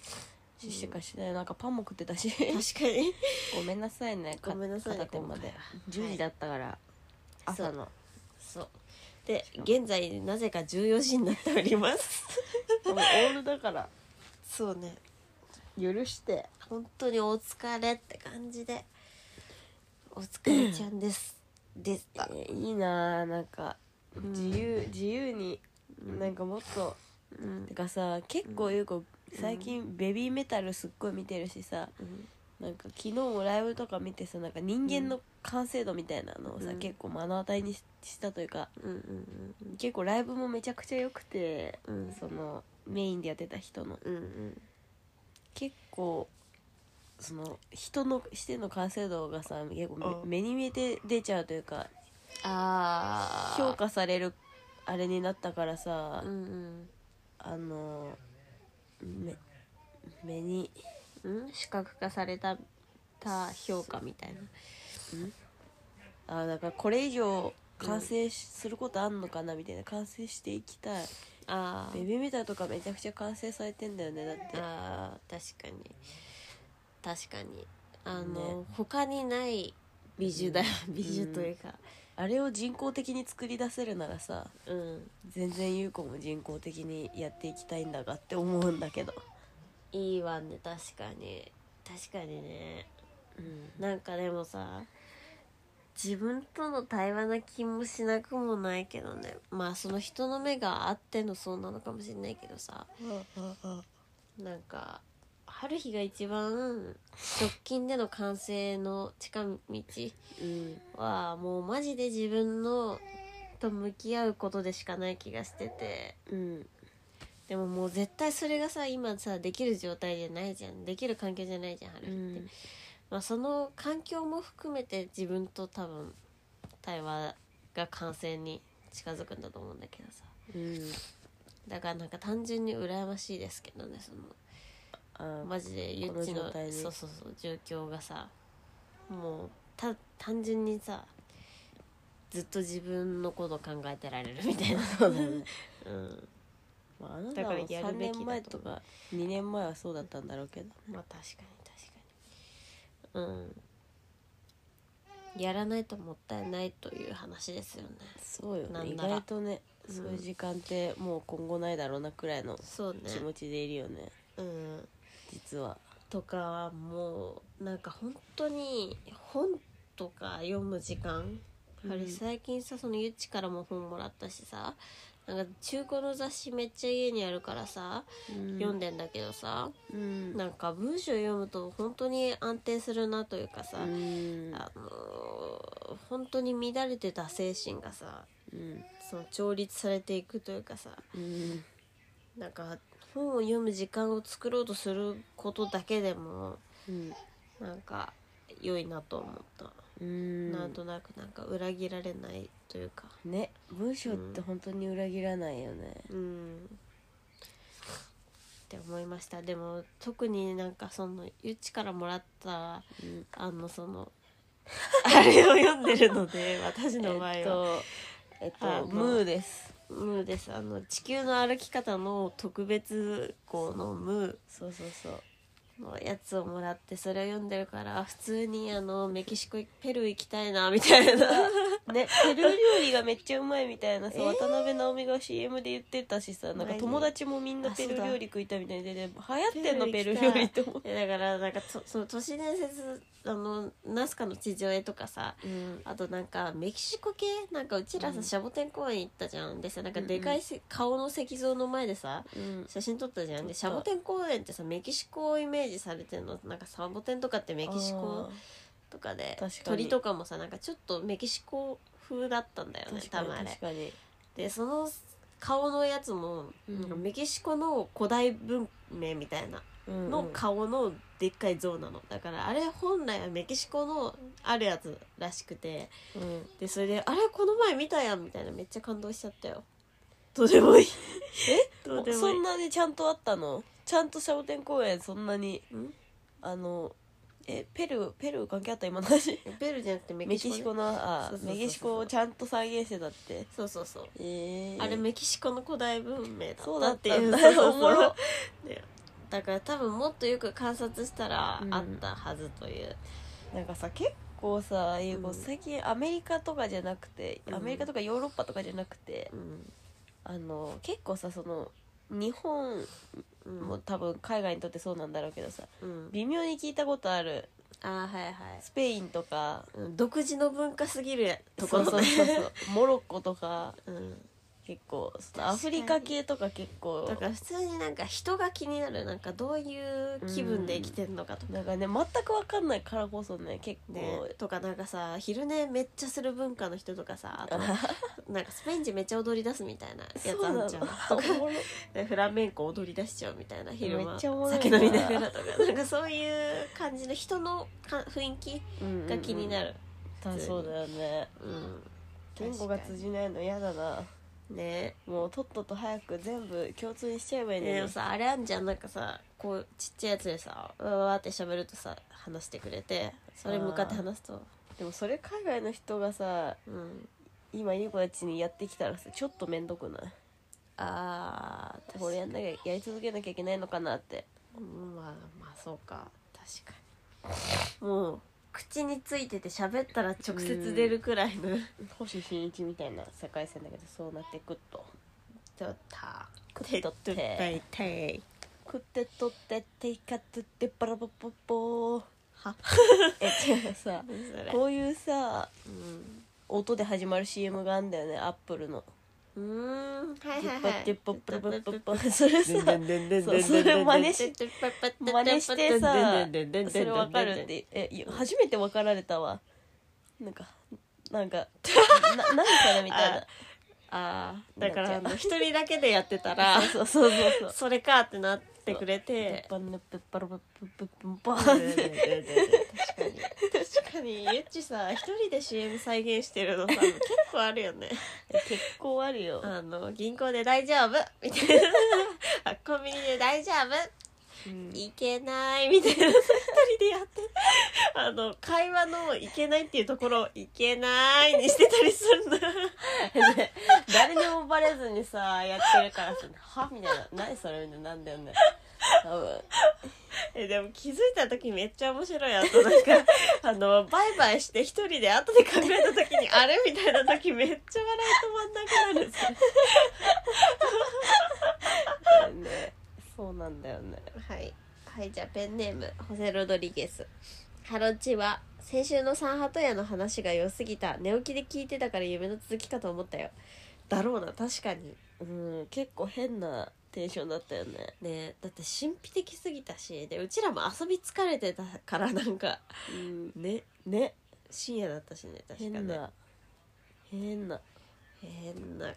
B: しかしない、なんかパンも食ってたし
D: 確かに
B: <laughs> ごめんなさいねか
D: ごめんなさいね
B: 片手まで
D: 今回は
B: 10時だったから、朝の
D: そうで現在なぜか14時になっております
B: でもオールだから
D: そうね
B: 許して
D: 本当にお疲れって感じでお疲れちゃんですでした
B: えーいいなあなんか
D: ん
B: 自由、自由になんかもっと、
D: うん
B: てかさ結構優子最近ベビーメタルすっごい見てるしさ
D: うん
B: なんか昨日もライブとか見てさなんか人間の完成度みたいなのをさ、
D: うん
B: 結構目の当たりにししたというか
D: うんうん
B: 結構ライブもめちゃくちゃ良くて、
D: うん
B: そのメインでやってた人の
D: うんうん
B: 結構その人のしての完成度がさ結構め
D: うん
B: 目に見えて出ちゃうというか
D: ああ
B: 評価されるあれになったからさ、
D: うんうん
B: あのめ目に
D: うん視覚化されたた評価みたいな
B: あだからこれ以上完成しすることあんのかなみたいな完成していきたい
D: あ
B: ベ
D: ー
B: ビーメタルとかめちゃくちゃ完成されてんだよねだって
D: あー確かに確かにあの、他にない美女だ美女というか
B: あれを人工的に作り出せるならさ
D: うん
B: 全然優子も人工的にやっていきたいんだがって思うんだけど
D: いいわね確かに確かにね
B: うん
D: なんかでもさ自分との対話な気もしなくもないけどねまあその人の目があってのそうなのかもしれないけどさなんか春日が一番直近での完成の近道
B: うん
D: はもうマジで自分のと向き合うことでしかない気がしてて
B: うん
D: でももう絶対それがさ今さできる状態じゃないじゃんできる環境じゃないじゃん春
B: う
D: 日って、
B: ん
D: まあ、その環境も含めて自分と多分対話が完成に近づくんだと思うんだけどさ
B: うん
D: だからなんか単純に羨ましいですけどねそ
B: あ
D: のマジでゆっち
B: この
D: の
B: 状態に
D: そうそうそう状況がさもうた単純にさずっと自分のこと考えてられるみたいな、
B: そう
D: <laughs>
B: だね
D: うん、
B: まあ、あなた
D: だから
B: は
D: や
B: 3
D: るべきだと思う
B: 年前とか2年前はそうだったんだろうけど
D: まあ確かに確かにうんやらないともったいないという話ですよね
B: そうよ
D: な
B: ね
D: ん
B: 意
D: なら
B: 外とね
D: うん
B: そういう時間ってもう今後ないだろうなくらいの
D: そうね
B: 気持ちでいるよね
D: うん
B: 実は
D: とかもうなんか本当に本とか読む時間、
B: うん
D: あれ最近さそのゆっちからも本もらったしさなんか中古の雑誌めっちゃ家にあるからさ、読ん
B: で
D: でんだけどさ
B: うん
D: なんか文章読むと本当に安定するなというかさ、
B: うん
D: あのー本当に乱れてた精神がさ
B: うん
D: その調律されていくというかさ
B: うん
D: なんか本を読む時間を作ろうとすることだけでも
B: うん
D: なんか良いなと思った、
B: うん
D: なんとなくなんか裏切られないというか
B: ね文章って本当に裏切らないよね
D: うんって思いましたでも特になんかそのゆっちからもらった
B: うん
D: あのそのあれを読んでるの
B: <laughs>
D: で私の場合は、
B: えっとえっ
D: あ
B: と
D: の
B: ムーです
D: ムーですあの地球の歩き方の特別号のム
B: そうそうそう
D: ーのやつをもらってそれを読んでるから普通にあのメキシコペルー行きたいなみたいな <laughs>
B: ね、ペルー料理がめっちゃうまいみたいなさ、
D: えー
B: 渡辺直美が CM で言ってたしさなんか
D: マジ
B: 友達もみんな
D: あ
B: ペル
D: そう
B: ー
D: だ
B: 料理食いたいみたいで、ね、流行ってんの
D: ペ
B: ペ
D: ルー
B: ル
D: 行
B: ー
D: きた
B: 料
D: い
B: 理って思う、
D: いやだからなんかとその都市伝説あのナスカの地上絵とかさ
B: うん、
D: あとなんかメキシコ系なんかうちらさ、
B: うん
D: シャボテン公園行ったじゃんでさなんかでかいせ、顔の石像の前でさ
B: うん、
D: 写真撮ったじゃんでシ
B: 撮った
D: ャボテン公園ってさメキシコをイメージされてんのなんかサボテンとかってメキシコとかで
B: 確かに
D: 鳥とかもさなんかちょっとメキシコ風だったんだよね
B: 確か
D: 多
B: に
D: 分あれ
B: 確かに
D: でその顔のやつも、
B: うん
D: なんかメキシコの古代文明みたいな
B: うん
D: の顔のでっかい像なのだからあれ本来はメキシコのあるやつらしくて
B: うん
D: でそれで「あれこの前見たやん」みたいなめっちゃ感動しちゃったよどうでもいいえどうでも
B: そ
D: いい
B: んなにちゃんとあったのちゃんとシャボテン公園そんなに
D: うん
B: あのえペルーペルー関係あった今の話
D: ベルじゃなくてメ
B: メキ
D: キシコ,、
B: シコのあ
D: そうそうそうそう
B: メキシコをちゃんと再現してたって
D: そうそうそう
B: えー、
D: あれメキシコの古代文明だ
B: そう
D: った
B: だ
D: っ
B: ってて
D: い
B: いうう
D: <laughs> そうそうそう
B: おもろ
D: でだから多分もっとよく観察したら
B: うん
D: あったはずという、
B: なんかさ結構さ英語、
D: うん
B: 最近アメリカとかじゃなくて、
D: うん
B: アメリカとかヨーロッパとかじゃなくて
D: うん
B: あの結構さその日本
D: うん
B: も多分海外にとってそうなんだろうけどさ
D: うん、
B: 微妙に聞いたことある
D: あーはいはい、
B: スペインとか
D: うん、独自の文化すぎるとこ
B: そう
D: ろ
B: そう
D: だね
B: そう
D: <laughs>
B: そうモロッコとか
D: うん
B: 結構そ
D: か
B: の
D: に
B: アフリカ系とか結構
D: だから普通になんか人が気になるなんかどういう気分で生きてんのかとか、
B: なんかね全く分かんないからこそね結構、
D: ね、とかなんかさ昼寝めっちゃする文化の人とかさ
B: <laughs>
D: あとなんかスペイン人めっちゃ踊り出すみたいなや
B: そう
D: つあ
B: なの
D: るじゃん <laughs> とか
B: おもろ
D: でフラメンコ踊り出しちゃうみたいな昼間
B: めっちゃおもろいな
D: 酒飲みながらとかなんかそういう感じの人のか雰囲気が気になる、
B: うんうんうんそうだよね
D: うん
B: 言語が通じないの嫌だな
D: ね
B: もうとっとと早く全部共通にしちゃえばいいのに
D: でもさあれあんじゃんなんかさこうちっちゃいやつでさわわわって喋るとさ話してくれてそれ向かって話すと
B: でもそれ海外の人がさ
D: うん
B: 今いい子たちにやってきたらさちょっと面倒くない
D: ああ
B: これやんなきゃやり続けなきゃいけないのかなって
D: うんまあまあそうか確かにもう口についてて喋ったら直接出るくらいの、
B: 星新一みたいな世界線だけどそうなってくっと
D: ちょっと
B: 食っとって
D: て
B: 食ってとってていかつってパラパパポー
D: は
B: え違うさ
D: 何それ
B: こういうさ
D: うん
B: 音で始まる CM があんだよねアップルの
D: うーんは
B: 「
D: いはい
B: パ
D: はい
B: ッパッパッパッパッパッ」それさそうそれ真似して真似してさそれわかるってえいや初め
D: <laughs>
B: て分かられたわなんかなんかな何それみたいな
D: ああだからあの一人だけでやってた <laughs> ら
A: そうそうそうそう
D: それかってなってくれて
A: パンヌペッパロパップップンパン
D: 確かにゆっちさ一人で CM 再現してるのさ結構あるよね
A: 結構あるよ
D: あの銀行で大丈夫みたいなあコンビニで大丈夫
A: うん
D: いけないみたいな一人でやってあの会話の「いけない」っていうところを「いけない」にしてたりするの
A: <laughs> 誰にもバレずにさやってるからさ「は?」みたいな「何それ?」みたいな「なんだよね」多分
D: えでも気づいた時めっちゃ面白いあとなんかあのバイバイして一人で後で考えた時に「あれ?」みたいな時めっちゃ笑い止まんなくなる
A: ねそうなんだよね
D: はい。はい、じゃあペンネーム、ホセ・ロドリゲス。ハロンチは、先週の三ハト屋の話が良すぎた。寝起きで聞いてたから夢の続きかと思ったよ。だろうな、確かに。
A: うん結構変なテンションだったよね
D: ねえだって神秘的すぎたし、で、うちらも遊び疲れてたからなんか、
A: うん
D: ね、ね、深夜だったしね、確か
A: 変
D: ね。
A: な変な
D: 変な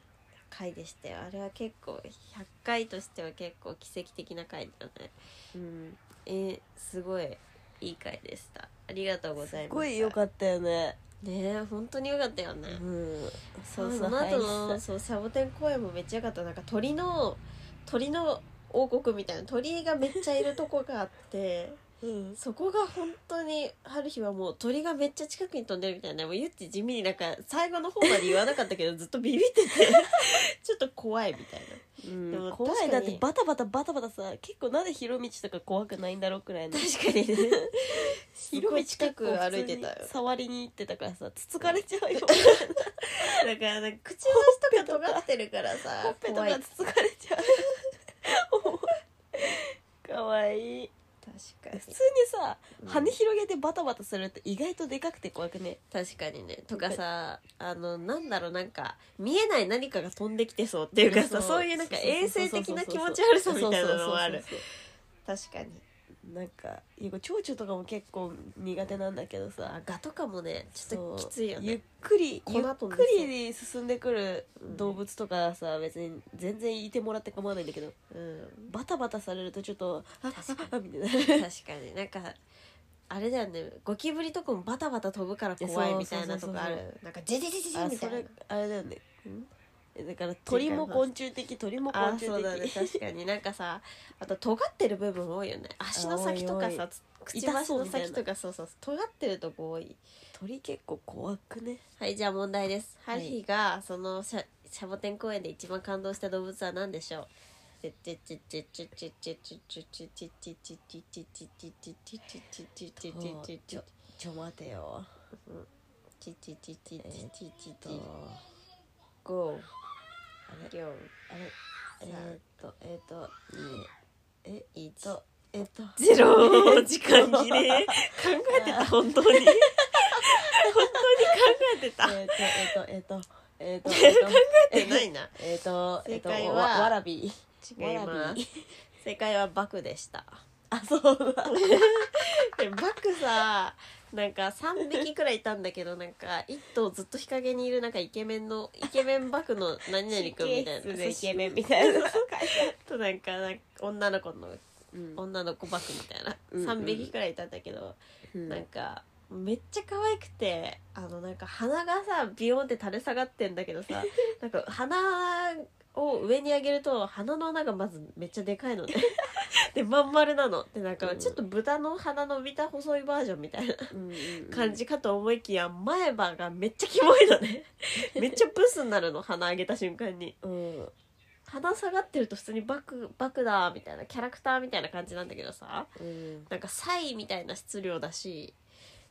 D: 回でしたよ。あれは結構、100回としては結構奇跡的な回だよね。
A: うん
D: えーすごい、いい回でした。ありがとうございますす。
A: ごい良かったよね
D: ねえ本当に良かったよね、
A: うん
D: そうその後のそうサボテン公園もめっちゃ良かったなんか鳥の鳥の王国みたいな鳥がめっちゃいるとこがあって
A: <laughs> うん
D: そこが本当にある日はもう鳥がめっちゃ近くに飛んでるみたいなもうゆっち地味になんか最後の方まで言わなかったけどずっとビビって <laughs> てちょっと怖いみたい
A: うん
D: でも
A: 怖
D: 確
A: い
D: か
A: だ
D: に
A: ってバタバタバタバタさ結構なんで広道とか怖くないんだろうくらいの
D: な確
A: <laughs>
D: かにね
A: 広道
D: 近
A: 近
D: く
A: く
D: 歩
A: 歩
D: い
A: い
D: て
A: て
D: た
A: た
D: よ
A: よ触りに行ってたからさつつかれちゃう <laughs> よ
D: だからなんか口の下とか尖ってるからさ
A: ほっぺと
D: 怖い
A: かつつかれちゃうかわいい
D: 確か
A: 普
D: に
A: 通にさ
D: うん
A: 羽広げてバタバタするって意外とでかくて怖くね
D: 確かにねとかさあのなんだろうなんか見えない何かが飛んできてそうっていうかさそういうなんか衛生的な気持ち悪さみたいなのもある
A: そうそうそう
D: 確かに
A: そうなんかよく蝶々とかも結構苦手なんだけどさ
D: ガとかもねちょっときついよ
A: ゆ
D: ね
A: っくり
D: 粉
A: ゆっ
D: 飛んで
A: く
D: そう
A: り進んでくる動物とかさ、別に全然いてもらって構わないんだけど
D: うん
A: バタバタされるとちょっと「あ
D: 確かに
A: ああみたいな
D: 確かになんかあれだよねゴキブリとかもバタバタ飛ぶから怖いみたいなとこあ
A: そうそう
D: るなんかジェジェジェジェジェ
A: あ
D: みた
A: そ
D: い
A: れ
D: な
A: あれだよねえだから鳥も昆虫的鳥も昆
D: あ
A: 虫
D: そうだね
A: 的
D: 確かになんかさあと尖ってる部分多いよね足の先とか
A: 多い多
D: さ
A: い
D: つくちばしの先とかそうそう尖ってるとこ多い
A: 鳥結構怖くね
D: はい、じゃあ問題です。ハ
A: はい
D: リーが、そのシャ、シャボテン公園で一番感動した動物は何でしょうてってってってってってってってってってってってってってってってってってってってってって
A: ちょちょ待てよと
D: ゴー
A: あれ
D: ギョー
A: あれえーっとえーっとえ
D: いい
A: ーっとえーっと
D: ゼロ時間切れ考えてた本当に本当に考えて
A: えーっと、えーっと、えーっと、えーっと、えーっと、えーっと、えーっと、えーっと、えーっと、えーっと、えーっ
D: た
A: <laughs>
D: えないな正
A: と、
D: 解は
A: わわらび。
D: 違い
A: わら
D: ま
A: び
D: す正解はバクでした
A: <laughs> あ、そう
D: <laughs>
A: だ。
D: でバクさなんか3匹くらいいたんだけどなんか1頭ずっと日陰にいるなんかイケメンのイケメンバクの何々くんみたいな
A: <laughs> イケメンみたい
D: <laughs>
A: な。
D: そうとなんかなんか女の子の
A: うん
D: 女の子バクみたいな
A: うん
D: 3匹くらいいたんだけど、
A: うん
D: なんかめっちゃ可愛くてあのなんか鼻がさビヨーンって垂れ下がってんだけど
A: <laughs>
D: さなんか鼻を上に上げると鼻の穴がまずめっちゃでかい
A: <laughs>
D: のねでまん丸なのでなんか
A: うん
D: ちょっと豚の鼻の見た細いバージョンみたいな感。じかと思いきや前歯がめっちゃキモいのねめっちゃブスになるの鼻上げた瞬間に
A: うん。
D: 鼻下がってると普通にバクバクだみたいなキャラクターみたいな感じなんだけどさ
A: うん。
D: なんかサイみたいな質量だし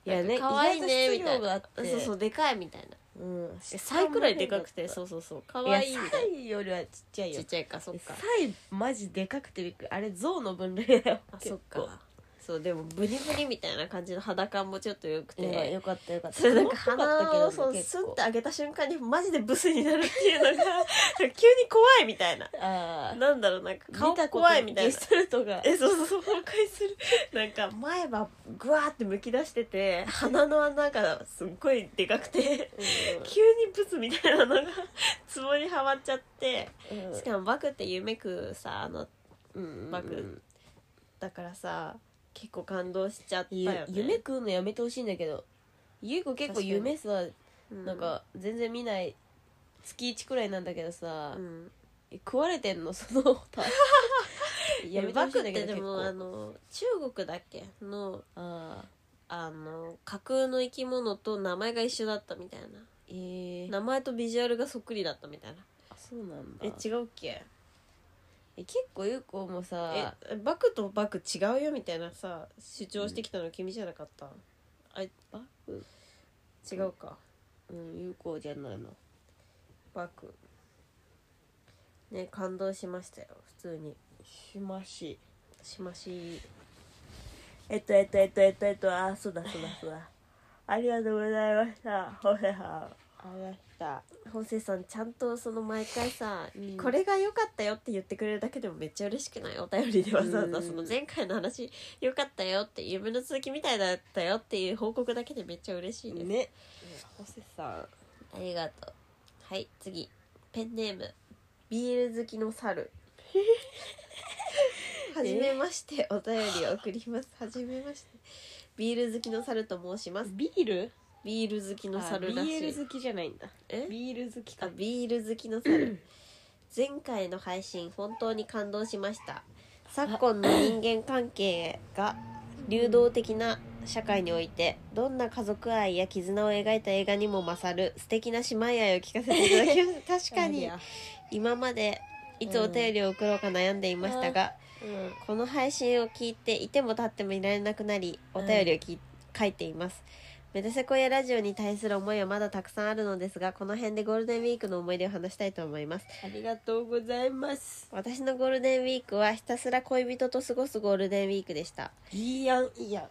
A: いやね、
D: なんか可愛いね
A: 意外と質量があっ
D: そう
A: て。
D: そうでかいみたいな
A: うん。
D: えサイくらいでかくて
A: う。
D: そうそうそう可
A: 可
D: 愛
A: 愛
D: い
A: い
D: み
A: や。
D: た
A: サ
D: い
A: イよりはちっちゃい
D: なち
A: よ
D: っ。ちゃいかそっか
A: サイ、マジでかくてびっくり。あれ、象の分類だよ。
D: あそ
A: 結
D: っ
A: 構
D: か。そうでもブニブニみたいな感じの肌感もちょっと良く
B: いや
D: て
B: よかったよかった
D: それなんか
B: すごく良かったけ
D: 鼻
B: ど
D: をそう
B: 結
D: ス
B: 構
D: ンって上げた瞬間にマジでブスになるっていうのが <laughs> なんか急に怖いみたいな
B: ああ
D: なんだろうなんか顔怖いみたい
B: ゲ
D: な
B: ストルトが
D: えそうそうそう崩壊するなんか前歯グワーってむき出してて鼻の穴がすっごいでかくて急にブスみたいなのがツボにはまっちゃって
B: うん
D: しかもバクって夢くさあの
B: うん
D: バクだからさ結構感動しちゃった
B: ゆ
D: よね
B: 夢食うのやめてほしいんだけどゆい子結構夢さ
D: うん
B: なんか全然見ない月1くらいなんだけどさ、
D: うん
B: 食われてんの <laughs> その
D: <laughs>
B: やめて
D: バ
B: ほしい
D: ク
B: ん
D: っ
B: だ
D: て
B: けど
D: で
B: 結
D: もあ
B: 構
D: の中国だっけの
B: ああ
D: あの架空の生き物と名前が一緒だったみたいな
B: えー、
D: 名前とビジュアルがそっくりだったみたいな
B: そうなんだ
D: え違うっけ
B: え結構ゆう子も
D: え
B: さ
D: バクとバク違うよみたいなさ主張してきたの君じゃなかった、あ違
B: バク
D: うか、
B: うんゆう子じゃないの
D: バクね感動しましたよ普通に
B: しまし
D: しまし
B: えっとえっとえっとえっとえっとあそうだそうだ
D: <laughs>
B: そうだありがとうございましたほらは
D: あがしたホセさんちゃんとその毎回さ、
B: ん
D: これが良かったよって言ってくれるだけでもめっちゃ嬉しくないお便りでわざわざ
B: うん
D: その前回の話良かったよって夢の続きみたいだったよっていう報告だけでめっちゃ嬉しいです、
B: ねホセさん
D: ありがとう。はい、次。ペンネーム。ビール好きの猿。 <laughs> はじめまして、お便りを送ります。はじめまして。ビール好きの猿と申します。
B: ビール
D: ビール好きの
B: あ
D: 猿らし
B: ビー
D: い
B: ル。好きじゃないんだ
D: え
B: ビール好きか
D: あビール好きの猿前回の配信本当に感動しました昨今の人間関係が流動的な社会においてどんな家族愛や絆を描いた映画にも勝る素敵な姉妹愛を聞かせていただきま
B: <laughs>
D: した確かに今までいつお便りを送ろうか悩んでいましたが、
B: うん
D: この配信を聞いていても立ってもいられなくなりお便りをき、書いていますメタセコやラジオに対する思いはまだたくさんあるのですがこの辺でゴールデンウィークの思い出を話したいと思います
B: ありがとうございます
D: 私のゴールデンウィークはひたすら恋人と過ごすゴールデンウィークでした
B: いいやんいいやん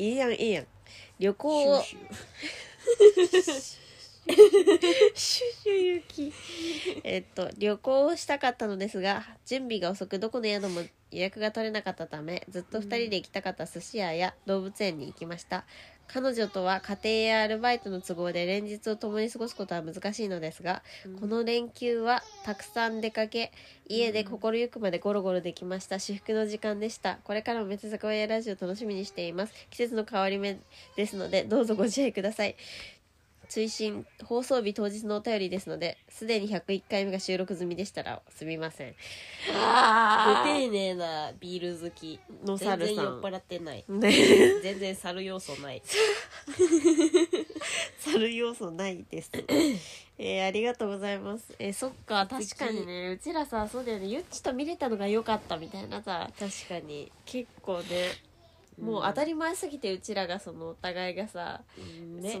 D: いいやんいいやん旅行をシュシュユキえっと旅行をしたかったのですが準備が遅くどこの宿も予約が取れなかったためずっと2人で行きたかった寿司屋や動物園に行きました彼女とは家庭やアルバイトの都合で連日を共に過ごすことは難しいのですが、この連休はたくさん出かけ家で心ゆくまでゴロゴロできました至福の時間でしたこれからも「めつさこやラジオ」楽しみにしています季節の変わり目ですのでどうぞご自愛ください追伸放送日当日のお便りですのですでに101回目が収録済みでしたらすみません
B: ご丁寧なビール好き
D: の
B: 全
D: 猿
B: 然
D: さ
B: 酔
D: ん
B: っ払ってない
D: ね
B: 全然猿要素ない
D: <laughs> 猿要素ないですえーありがとうございますえーそっか確かにねうちらさそうだよねゆっちと見れたのが良かったみたいなさ
B: 確かに
D: 結構ねもう当たり前すぎてうちらがそのお互いがさ、そ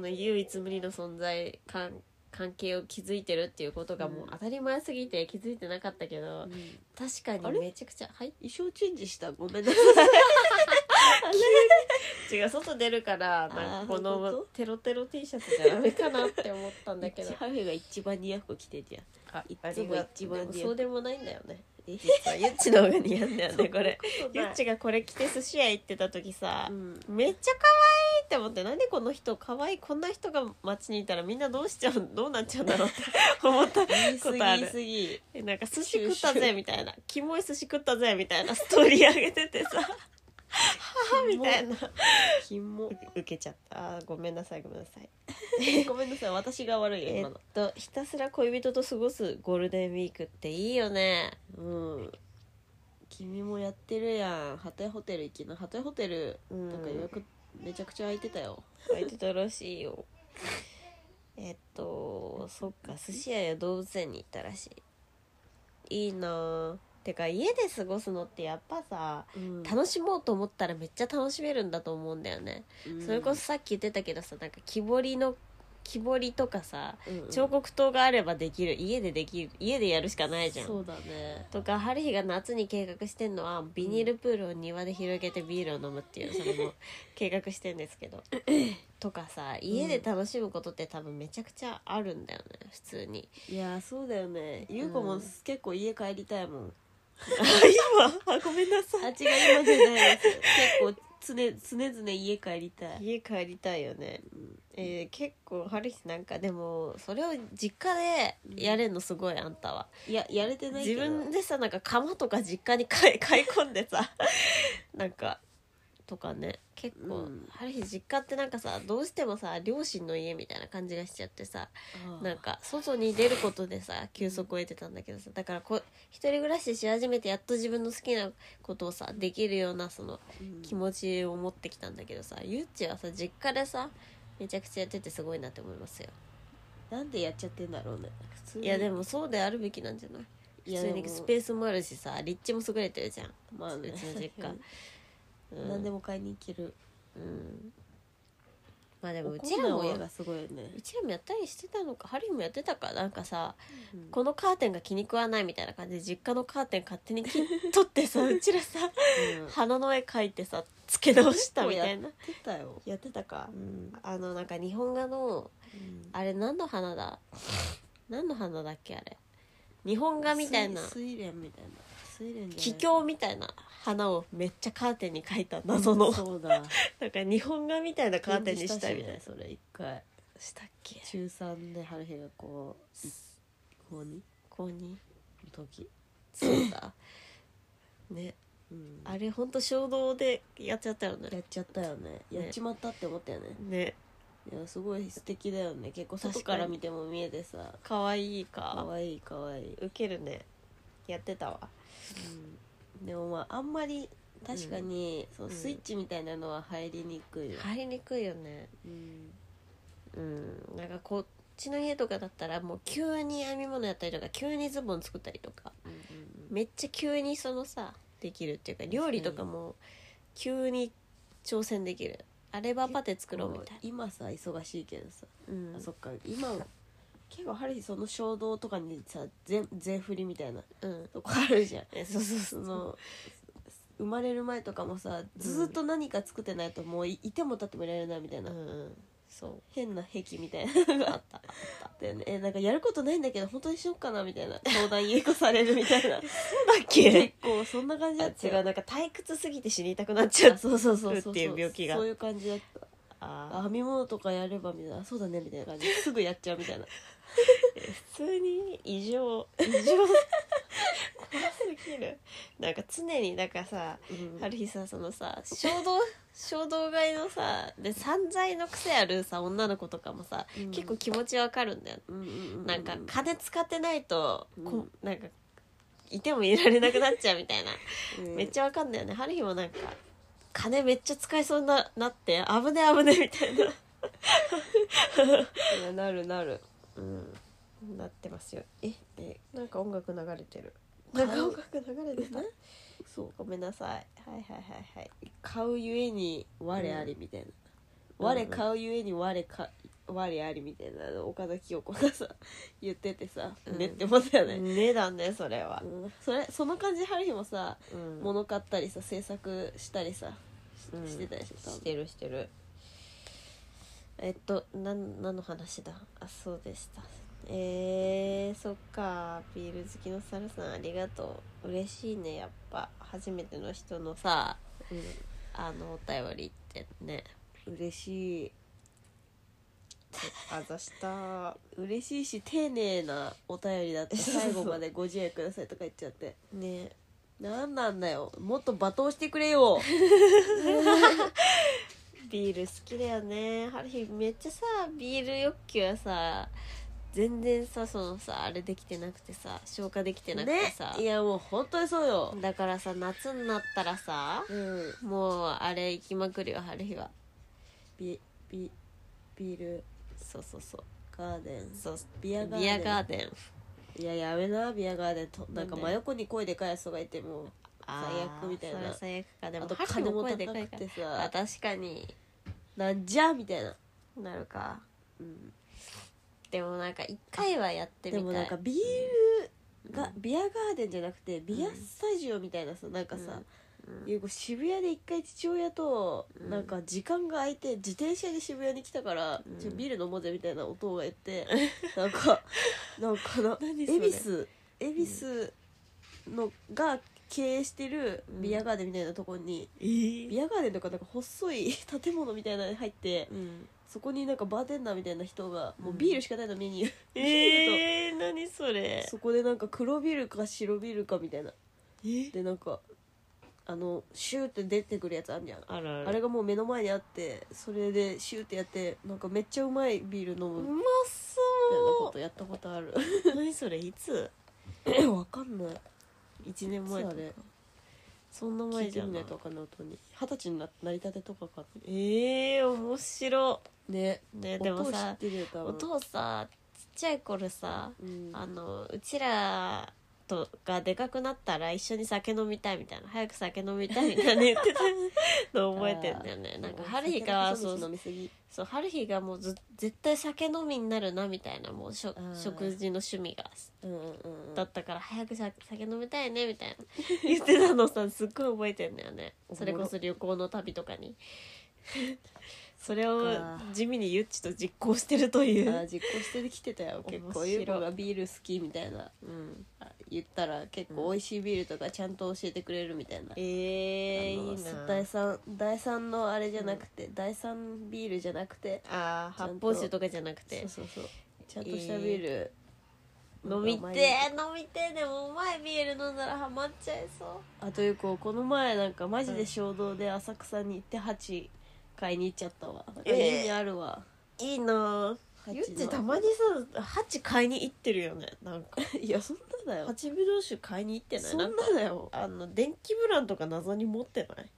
B: ね
D: の唯一無二の存在関関係を築いてるっていうことがもう当たり前すぎて気づいてなかったけど、確か
B: あれ
D: にめちゃくちゃはい
B: 衣装チェンジしたごめんなさ
D: 違う外出るから
B: あ
D: な
B: ー
D: んかこ
B: そういう
D: の
B: こ
D: テロテロ T シャツじゃダメかなって思った
B: <laughs>
D: んだ
B: い
D: <laughs> けど
B: ハフが一番似合う服着てるじゃんい
D: あ
B: つ
D: り
B: も
D: が
B: 一番
D: でも
B: 似合
D: そう
B: う
D: でもないんだよね
B: え
D: 実はゆっちの方が似合うんだよねこれゆっ
B: ち
D: ちがこれ着て寿司屋行ってた時さ、
B: ん
D: めっちゃ可愛いって思ってなんでこの人可愛いこんな人が街にいたらみんなどうしちゃうどうなっちゃうんだろうって思った
B: 言い
D: こ
B: 過ぎ
D: とあ
B: 言
D: る
B: い過ぎ
D: えなんか寿司食ったぜみたいなキモい寿司食ったぜみたいなストーリー上げてて
B: <laughs>
D: さはあみたいな
B: ひも
D: 受けちゃったあーごめんなさいごめんなさ
B: <laughs>
D: い
B: ごめんなさい私が悪いよ
D: えっ
B: 今の
D: とひたすら恋人と過ごすゴールデンウィークっていいよね
B: うん君もやってるやんハタイホテル行きなハタイホテル
D: うん
B: なんか予約めちゃくちゃ空いてたよ
D: 書いてたらしいよえっとそっか寿司屋や動物園に行ったらしいいいなぁてか家で過ごすのってやっぱさ楽しもうと思ったらめっちゃ楽しめるんだと思うんだよね、それこそさっき言ってたけどさなんか木彫りの木彫りとかさ
A: うん
D: 彫刻刀があればできる家でできる家でやるしかないじゃん
A: そうだね
D: とか春日が夏に計画してんのはビニールプールを庭で広げてビールを飲むっていうそれも計画してんですけ <laughs> どとかさ家で楽しむことって多分めちゃくちゃあるんだよね普通に
A: いやそうだよね
D: ゆうこも結
A: 構家帰りたいもん
D: <laughs> あごめんなさ
A: あ違いますじゃないです結構常々家帰りたい
D: 家帰りたいよね、えー結構春日なんかでもそれを実家でやれんのすごいあんたは、
A: いややれてない
D: 自
A: けど
D: 分でさなんか釜とか実家に <laughs> 買い買い込んでさなんかとかね結構、
A: うん
D: ある日実家ってなんかさどうしてもさ両親の家みたいな感じがしちゃってさ
A: ああ
D: なんか外に出ることでさ休息を得てたんだけどさだからこ一人暮らしし始めてやっと自分の好きなことをさできるようなその
A: うん
D: 気持ちを持ってきたんだけどさゆっちはさ実家でさめちゃくちゃやっててすごいなって思いますよ
A: なんでやっちゃってんだろうね普通に
D: いやでもそうであるべきなんじゃない
A: い
D: 普
A: や
D: 通
A: で
D: に
A: も
D: スペースもあるしさ立地も優れてるじゃん
A: まあね
D: うちの実家うん
A: <laughs> 何でも買いに行ける
D: うんまあでも
A: う
D: う
A: ち
D: ち
A: ら
D: ら
A: の
D: も
A: 親
D: う
A: がすごい
B: <laughs>
A: よね
D: ちらもやったりしてたのかハリーもやってたかなんかさ、
A: うん
D: このカーテンが気に食わないみたいな感じで実家のカーテン勝手に切っ取ってさうちらさ花の絵描いてさ付け直したみたいな
A: 出たよ
D: やってたか、あのなんか日本画の
A: うん
D: あれ何の花だ何の花だっけあれ日本画みたいな
A: 水水蓮みたいな水蓮じゃない
D: 気境みたいな花をめっちゃカーテンに描いた謎の
A: そうだ
D: なんか日本画みたいなカーテンにしたいみたいな
A: 展示しねそれ一回
D: したっけ
A: 中3で春日がこういこうに
D: ここに
A: 時
D: そう
A: <coughs>
D: だね
A: うん
D: あれほんと衝動でやっちゃったよ
A: や
D: ね
A: っちゃったよねやっちまったって思ったよね
D: ね
A: いやすごい素敵だよね結構外
D: 確か
A: か
D: に
A: ら見ても見えてさ
D: かわいい
A: か
D: か
A: わいいかわいい、
D: ウケるねやってたわ
A: うん、でもまああんまり確かに、そう
D: うん
A: スイッチみたいなのは入りにくいよ、
D: 入りにくいよね
A: うん
D: うんなんかこっちの家とかだったらもう急に編み物やったりとか急にズボン作ったりとか
A: うんうん
D: めっちゃ急にそのさできるっていうか料理とかも急に挑戦できるあればパテ作ろうみたい
A: 今さ忙しいけどさ、
D: な、うん
A: あ、そっか今結構春日その衝動とかにさ全全振りみたいな
D: うん
A: とこあるじゃん
D: えそうそうそ
A: そうの生まれる前とかもさずっと何か作ってないともういいても立ってもいられないみたいな、
D: うんうんそう
A: 変な癖みたいなのがあったあったよねえなんかやることないんだけど本当にしよっかなみたいな <laughs> 相談言い越されるみたいな
D: だっけ
A: 結構そんな感じだった
D: 違
A: よ
D: うなんか退屈すぎて死にたくなっちゃ
A: あ
D: う
A: そうそうそうそう
D: っていう病気が
A: そういう感じだったあ
D: あ
A: 編み物とかやればみたいなあそうだねみたいな <laughs> 感じすぐやっちゃうみたいな
D: 普通に異常異常
A: <laughs>
D: 怖すぎるなんか常になんかさ
A: うん
D: ある日さそのさ衝動 <laughs> 衝動買いのさで散財の癖あるさ女の子とかもさ、
A: うん
D: 結構気持ちわかるんだよ、
A: うんうんうん
D: なんか金使ってないと、こ
A: う
D: なんかいてもいられなくなっちゃうみたいな
A: うん
D: めっちゃわかんないよね春日もなんか金めっちゃ使いそうにななって危ね危ねみたいな、
A: いやなるなる
D: うん、なってますよ
A: え
D: えなんか音楽流れてるなんか音楽流れてた
A: そう
D: ごめんなさいはいはいはいはい
A: 買うゆえに我ありみたいな、我買うゆえに我か我ありみたいなの岡田清子がさ <laughs> 言っててさ、
D: うん
A: ねって思ったよね、
D: ねだねそれは、
A: うんそれその感じで春日もさ、
D: うん
A: 物買ったりさ制作したりさし,、
D: うん
A: てたでしょ多分
D: してるしてるえっとなん何の話だあそうでしたえー、そっかビール好きのサルさんありがとう嬉しいねやっぱ初めての人のさ、あのお便りってね
A: 嬉しい
D: あざした
A: 嬉しいし丁寧なお便りだって最後までご自愛くださいとか言っちゃって
D: ね
A: なんなんだよもっと罵倒してくれよ
D: <laughs> ビール好きだよねある日めっちゃさビール欲求はさ全然さそのさあれできてなくてさ消化できてなくて
A: ね
D: さ、
A: いやもう本当にそうよ、
D: だからさ夏になったらさ
A: うん
D: もうあれ行きまくるよ春日は
A: ビビビール
D: そうそうそう
A: ガーデン
D: そう
A: ビアガーデン
D: ビアガーデン
A: いややめなビアガーデンとなん
D: なん
A: か
D: で
A: 真横に声でかいやつがいてもう
D: あー
A: 最悪みたいな
D: それ最悪かでも
A: あと
D: 春日
A: 金も
D: 声
A: 高
D: でかい
A: く
D: から
A: て
D: あ
A: さ
D: 確かに
A: なんじゃみたいな
D: なるか
A: うん
D: でもなんか一回はやってみた
A: で
D: い
A: もなんかビールがビアガーデンじゃなくてビアスタジオみたいなさなんかさ、ゆう子渋谷で一回父親となんか時間が空いて自転車で渋谷に来たから、ちょビール飲もうぜみたいな音が
D: <laughs>
A: 言って、なんかなんかな
D: 何それ
A: 恵比寿恵比寿のが経営してるビアガーデンみたいなところに、
D: えー
A: ビアガーデンとかなんか細い建物みたいなのに入って
D: うん、
A: そこになんかバーテンダーみたいな人がもうビールしかないのメニュー、
D: えー、何それ
A: そこでなんか黒ビールか白ビールかみたいな
D: え
A: でなんかあのシューって出てくるやつあんじゃん
D: あるある
A: あれがもう目の前にあってそれでシューってやってなんかめっちゃうまいビール飲む
D: う
A: みたいな
D: ま
A: こ
D: そ
A: とやったことある
D: う何それいつ
A: えわかんない
D: 1年前と
A: 前と
D: か
A: か
D: そんな
A: 聞
D: 前
A: い
D: じ
A: て
D: ゃ
A: み
D: な
A: ないいとわかんない音に二十歳にななりたてとかか
D: えー、面白
A: ね
D: ねで
A: 音
D: も
A: を知
D: さ
A: ってるよ多
D: お
A: 分
D: 父さちっちゃい頃さ、
A: うん
D: あのうちらとがでかくなったら一緒に酒飲みたいみたいな早く酒飲みたいみたいな言ってたのを覚えてんだよ
A: <laughs>
D: ねなんか春日がそ
A: そう
D: う
A: 飲みすぎ
D: そう春日がもうず絶対酒飲みになるなみたいなもうしょ
A: あー
D: 食事の趣味が
A: うんうんうん
D: だったから早くさ酒飲みたいねみたいな言ってたのさすっごい覚えてんだよね
A: おもろ
D: それこそ旅行の旅とかにそれを
A: そっか
D: 地味にゆっちと実行してるとい
A: あー
D: う、
A: 実行してきてたよ結
D: 面白
A: 構
D: い
A: ゆう子がビール好きみたいな
D: うん、
A: あ言ったら結構美味しいビールとかちゃんと教えてくれるみたいな、
D: えー、
A: あの
D: いいな
A: 第三第三のあれじゃなくて、第三ビールじゃなくて
D: あー
A: ちゃん
D: 発
A: と
D: 泡酒とかじゃなくて
A: そうそうそうちゃんとしたビール、
D: 飲みて
A: て
D: え飲みてえでもうまいビール飲んだらハマっちゃいそう
A: あという子この前なんかマジで衝動で浅草に行って鉢買いに行っちゃったわ、
D: えー
A: 家にあるわ
D: いいな
A: の
D: ゆっちたまにさ鉢買いに行ってるよねなんか
A: <laughs> いやそんなだよ
D: 鉢ぶどう酒買いに行ってない
A: そんな
D: なんか
A: だよ
D: あの電気ブランとか謎に持ってない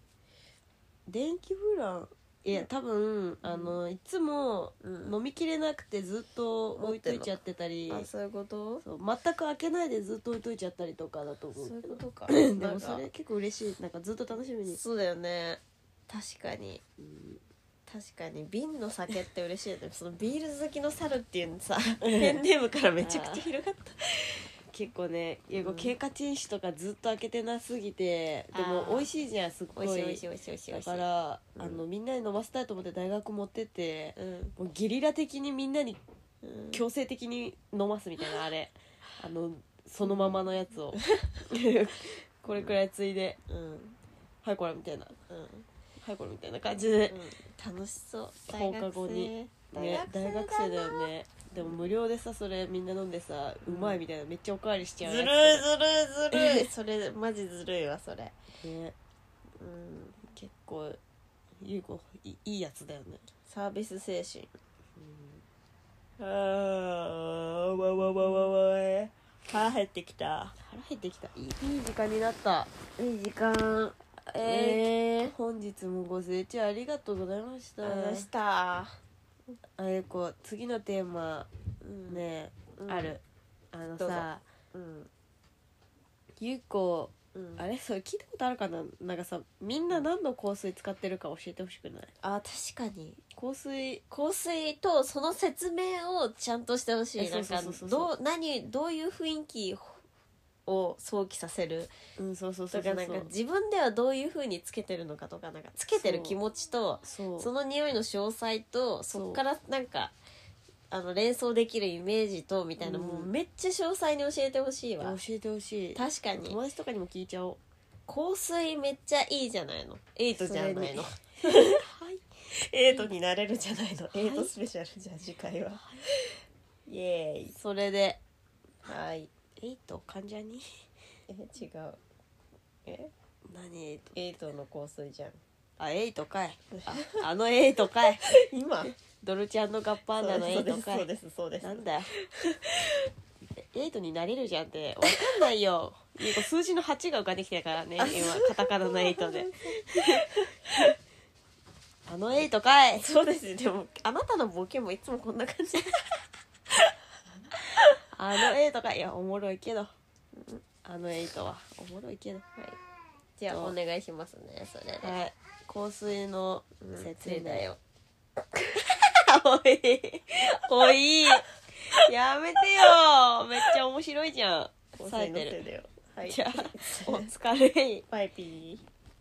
A: 電気ブランいや多分あのいつも
D: うん
A: 飲みきれなくてずっと置いといちゃってたり
D: そういうこと
A: そう全く開けないでずっと置いといちゃったりとかだと思うけど
D: と
A: <laughs>
D: か
A: で
D: な
A: も
D: んか
A: それ結構嬉しいなんかずっと楽しみに
D: そうだよね確かに確かに瓶の酒って嬉しいよねそのビール好きの猿っていうのさペンネームからめちゃくちゃ広がった
A: 結構ね英語経過禁止とかずっと開けてなすぎて
D: あ
A: で
D: ー
A: も美味しいじゃんすっご
D: 美味しい美味
A: い
D: しい美味しい美味しい美
A: だ
D: 味しい
A: から
D: うん
A: あのみんなに飲ませたいと思って大学持ってって
D: うん
A: もうゲリラ的にみんなに
D: うん
A: 強制的に飲ますみたいなあれあのそのままのやつを <laughs> これくらいついで
D: うん
A: はいこれみたいな
D: うん
A: はいこれみたいな感じで
D: 楽しそう
A: 放課後に
D: 大
A: ね
D: 学生
A: 大学生だよねでも無料でさそれみんな飲んでさうまいみたいなめっちゃおかわりし
D: ず
A: ちゃう
D: るいず
A: や
D: るいずるい <laughs> それマジずるいわそれ
A: つね
D: うん
A: 結構ゆう子いいいやつだよね
D: サービス精神
E: あーわわわわわえ腹減ってきた
A: 腹減ってきたいいいい時間になった
D: いい時間
A: えー本日もご清聴ありがとうございました
D: 話した
A: あゆこ次のテーマ
D: うん
A: ね、
D: うん
A: あるあの
D: どうぞ
A: さ
D: うん
A: ゆうこ
D: うん
A: あれそれ聞いたことあるかななんかさみんな何の香水使ってるか教えてほしくない
D: あ確かに
A: 香水
D: 香水とその説明をちゃんとしてほしい
A: え
D: なんか
A: そうそうそうそ
D: どう何どういう雰囲気を想起させる
A: うんそうそうそ
D: と
A: うそ
D: か
A: う
D: なんか自分ではどういう風につけてるのかとかなんかつけてる気持ちと
A: そう
D: その匂いの詳細と
A: そう
D: そっからなんかあの連想できるイメージとみたいな、
A: うん
D: もうめっちゃ詳細に教えてほしいわ
A: 教えてほしい
D: 確かに
A: 友達とかにも聞いちゃおう
D: 香水めっちゃいいじゃないのエイトじゃ
A: そ
D: な
A: れ
D: い
A: に
D: の
A: はい
D: エイトになれるじゃないのエイト
A: はい
D: スペシャルじゃあ次回は、イエーイ
A: それで
D: はい
A: エイト患者に
D: え違うえ
A: 何エイト
D: エイトの香水じゃん
A: あエイトかい
D: <laughs>
A: ああのエイトかい
D: 今
A: ドルチアンドガッパーナのエイトか
D: そう
A: い
D: ですそうですそうです
A: なんだよエイトになれるじゃんってわかんないよゆうこ数字の8が浮かんできてるからね今カタカナのエイ
D: <laughs>
A: トであのエイトかい
D: そうですでもあなたのボケもいつもこんな感じ <laughs>
A: あのエイトかいいやおもろいけどあのエイトはおもろいけど
D: じゃあお願いしますねそれで、
A: はい香水の説
D: 説明
A: 明 <laughs>
D: だよ
A: おいおい
D: やめてよめっちゃ面白いじゃん。
B: 構
D: 冴
B: 成
D: え
B: のせ
D: てる。
B: いだよはい
D: じゃあ、お疲れ。
B: バイピー